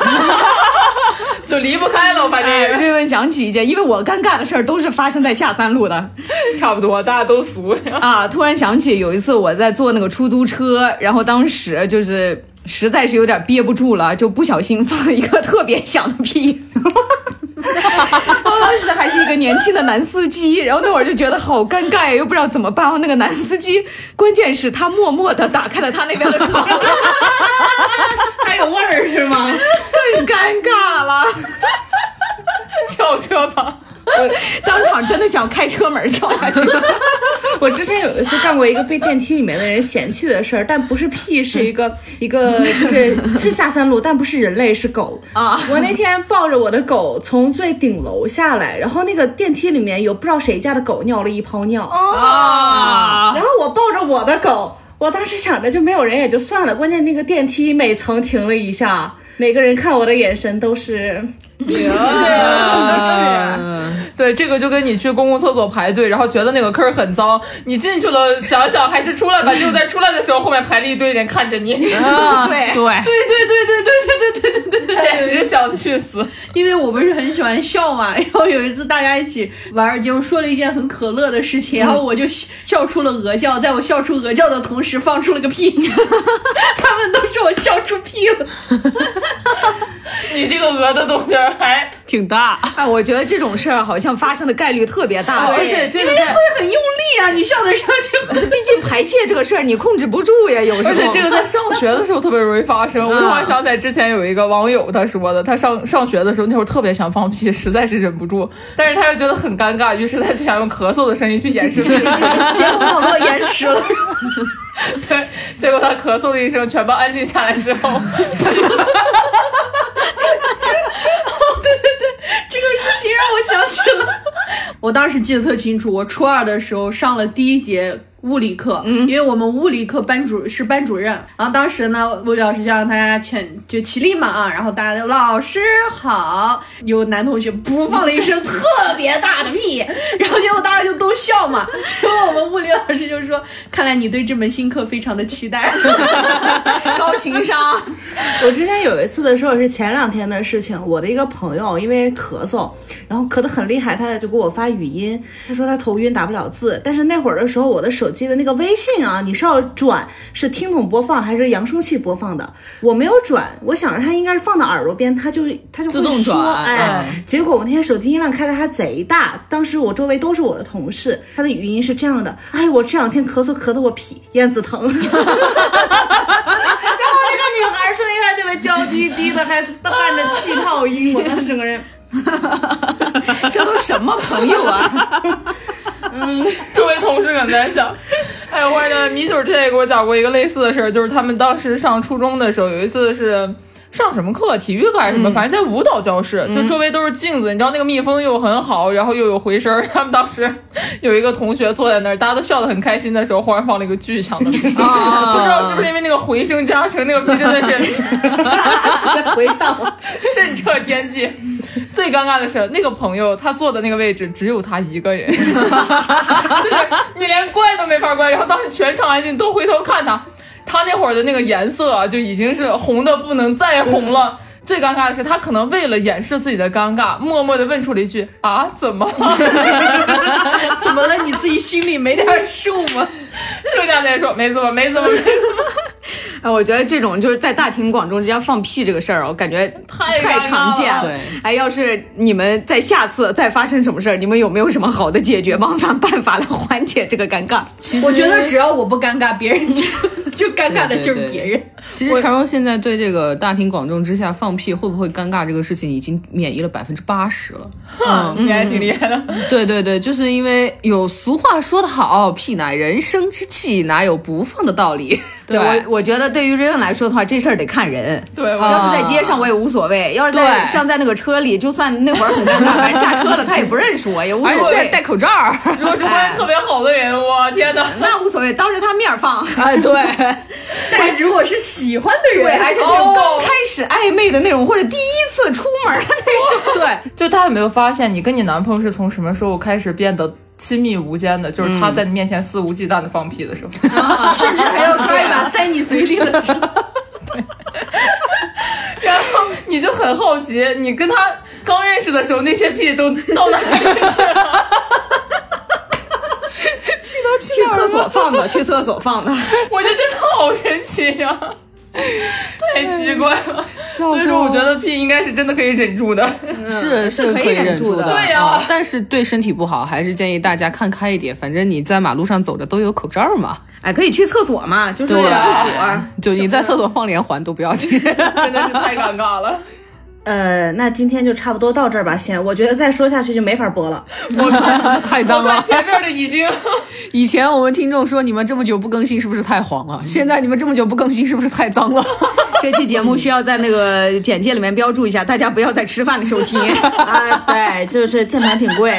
(laughs) 就离不开了，反
哎，
正
瑞文想起一 (laughs) 件，因为我尴尬的事儿都是发生在下三路的
差不多，大家都俗。
啊。突然想起有一次我在坐那个出租车，然后当时就是实在是有点憋不住了，就不小心放了一个特别响的屁。 (laughs) 当时还是一个年轻的男司机，然后那会儿就觉得好尴尬，又不知道怎么办。然后那个男司机，关键是他默默的打开了他那边的窗，
(laughs) 还有味儿是吗？
更尴尬了，
跳车吧，
当场真的想开车门跳下去。
(laughs) 我之前有一次干过一个被电梯里面的人嫌弃的事儿，但不是屁，是一个一个就是 (laughs) 是下三路，但不是人类，是狗
啊！
我那天抱着我的狗从最顶楼下来，然后那个电梯里面有不知道谁家的狗尿了一泡尿，
啊！
然后我抱着我的狗，我当时想着就没有人也就算了，关键那个电梯每层停了一下，每个人看我的眼神都是
对，这个就跟你去公共厕所排队，然后觉得那个坑儿很脏，你进去了，想想还是出来吧，结果在出来的时候，后面排了一堆人看着你。
对
对，
(laughs) 对对对对对对对对对对，简直想去死！
因为我不是很喜欢笑嘛，然后有一次大家一起玩儿，结果说了一件很可乐的事情，然后我就笑笑出了鹅叫，在我笑出鹅叫的同时放出了个 (laughs) 屁，他们都说我笑出屁 (laughs) 了。
你这个鹅的动静儿还，
挺大。
哎，我觉得这种事儿好像发生的概率特别大，
哦而
而且
且这个在，
很用力啊！你笑的时候就
毕竟排泄这个事儿你控制不住呀，有时候。
而且这个在上学的时候特别容易发生。我突然想起来之前有一个网友他说的，他上上学的时候那会儿特别想放屁，实在是忍不住，但是他又觉得很尴尬，于是他就想用咳嗽的声音去掩饰自己。
结果网络延迟了，
对，结果他咳嗽了一声，全班安静下来之后，
(laughs) 这个事情让我想起了， (laughs) 我当时记得特清楚，我初二的时候上了第一节。物理课，因为我们物理课班主是班主任，然后当时呢，物理老师就让大家全就起立嘛啊，然后大家就老师好，有男同学噗放了一声特别大的屁，然后结果大家就都笑 (laughs) 嘛，结果我们物理老师就说，看来你对这门新课非常的期 (laughs) 待，
高情商，
我之前有一次的时候是前两天的事情，我的一个朋友因为咳嗽，然后咳得很厉害，他就给我发语音，他说他头晕打不了字，但是那会儿的时候我的手机的那个微信啊，你是要转是听筒播放还是扬声器播放的，我没有转，我想着他应该是放到耳朵边，他就他就会
自动
说
转嗯
哎，结果我那天手机音量开的还贼大，当时我周围都是我的同事，他的语音是这样的，哎，我这两天咳嗽咳得我屁眼子疼。 (laughs) 然后那个女孩声音还特别娇滴滴的，还伴着气泡音，我当时整个人，
这都什么朋友啊？
(laughs) 周围同事很难想。哎，我的米九之前也给我讲过一个类似的事儿，就是他们当时上初中的时候，有一次是。上什么课？体育课还是什么？反正在舞蹈教室，就周围都是镜子，你知道那个密封又很好，然后又有回声儿。他们当时有一个同学坐在那儿，大家都笑得很开心的时候，忽然放了一个巨响的屁，不知道是不是因为那个回声加成，那个屁真的是 (laughs)
回到
震彻天际。最尴尬的是，那个朋友他坐的那个位置只有他一个人，就是 (laughs) 你连怪都没法怪。然后当时全场安静，都回头看他，他那会儿的那个颜色啊，就已经是红的不能再红了。最尴尬的是，他可能为了掩饰自己的尴尬，默默的问出了一句：“啊，怎么了？” (laughs)
怎么了？你自己心里没点数吗？
剩下那人说：“没怎么，没怎么，没怎么
哎，我觉得这种就是在大庭广众之下放屁这个事儿，我感觉
太尴尬
太
了
常见了。
对，
哎，要是你们在下次再发生什么事儿，你们有没有什么好的解决方法 (laughs) 办法来缓解这个尴尬？
其实
我觉得只要我不尴尬，别人就 (laughs) 就尴尬的就是别人。 (laughs)
其实陈荣现在对这个大庭广众之下放屁会不会尴尬这个事情已经免疫了百分之八十了。
嗯
了。” (laughs) 你还挺厉害的。
(laughs) 对对对，就是因为有俗话说得好，屁乃人生之气，哪有不放的道理？ (laughs)
对我我觉得对于 Raven 来说的话，这事儿得看人。
对，我
要是在街上我也无所谓，要是在像在那个车里，就算那会儿很尴尬，反正下车了他也不认识我，也无
而且
所
现在
谓。
戴口罩儿，
(laughs)
如
(laughs)
果是
哎
关系特别好的人，我天哪！
那无所谓，当着他面儿放。
哎，对，
但是如果是喜欢的
对，
人，
而且那
哦
种刚开始暧昧的那种，或者第一次出门儿那种，
对，就大家有没有发现，你跟你男朋友是从什么时候开始变得亲密无间的？就是他在你面前肆无忌惮的放屁的时候。
(laughs) 啊甚至还要抓一把塞你嘴里的纸。
(laughs) 然后你就很好奇，你跟他刚认识的时候，那些屁都到哪里去了？
去厕所放的， (laughs) 去厕所放的。
我就觉得好神奇呀、
(laughs)
太奇怪了。所
啊
以说，我觉得屁应该是真的可以忍住
(laughs)
的。
是是
嗯可以
以
忍住
住
的啊
对呀
嗯但是对身体不好，还是建议大家看开一点。反正你在马路上走着都有口罩嘛， (laughs)
哎，可以去厕所嘛，就是去
对啊
厕所。
就你在厕所放连环都不要紧。
(laughs)
真的是太尴尬了，
呃，那今天就差不多到这儿吧，先，我觉得再说下去就没法播了。
(laughs)
太脏了！
前面的已经 (laughs)
以前我们听众说你们这么久不更新是不是太黄了？现在你们这么久不更新是不是太脏
(laughs)
了？
这期节目需要在那个简介里面标注一下，大家不要在吃饭的时候听。
(laughs) 啊，对，就是键盘挺贵。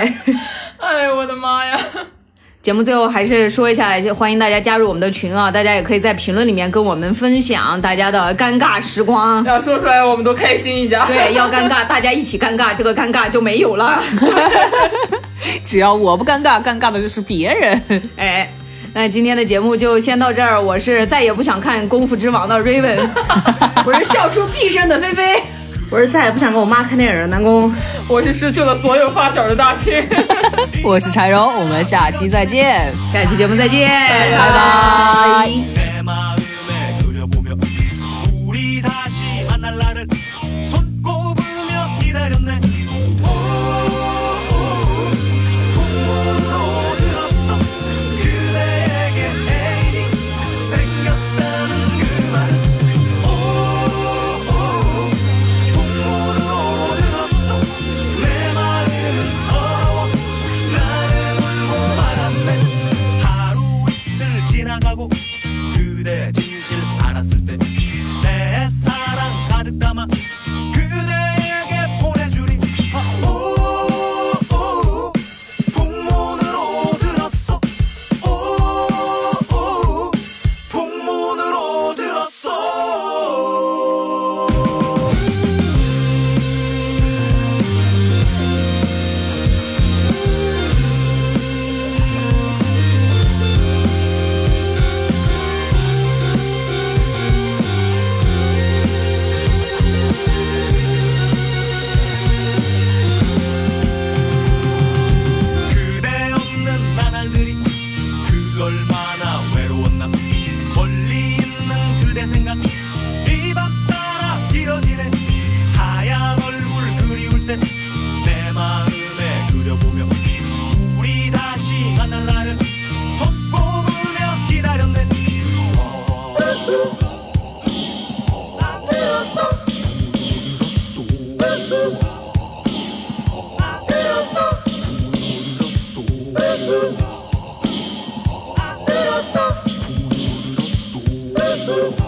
哎，我的妈呀！
节目最后还是说一下，就欢迎大家加入我们的群啊！大家也可以在评论里面跟我们分享大家的尴尬时
(laughs)
光。
要说出来，我们都开心一下。
对，要尴尬，大家一起尴尬，这个尴尬就没有了。 (laughs)
只要我不尴尬，尴尬的就是别人。
哎，那今天的节目就先到这儿。我是再也不想看《功夫之王》的 Raven，
(laughs)
我是笑出屁声的菲菲，
我是再也不想跟我妈看电影了，南宫。
我是失去了所有发小的大庆。
我是柴荣，我们下期再见。
下期节目再见，拜
拜
拜。
내 마음에 그려보며 우리 다시 만날 날을 손꼽으며 기다렸네 오오오 풍문으로 들었어 그대에게 애인이 생겼다는 그 말 오오오 풍문으로 들었어 내 마음은 서러워 나를 울고 말았네 하루 이틀 지나가고 그대 진실 알았을 때 내 사랑 가득 담아 그대에게 보내주리 아, 오오오 풍문으로 들었어 오오오 풍문으로 들었어 그대 없는 나날들이 그 얼마나 외로웠나 멀리 있는 그대 생각 이 밤 따라 길어지네 하얀 얼굴 그리울 때 내 마음에 그려보며 우리 다시 만날 날을 손꼽으며 기다렸네 나 들었어 나 들었어 아, 들었어. 아, 그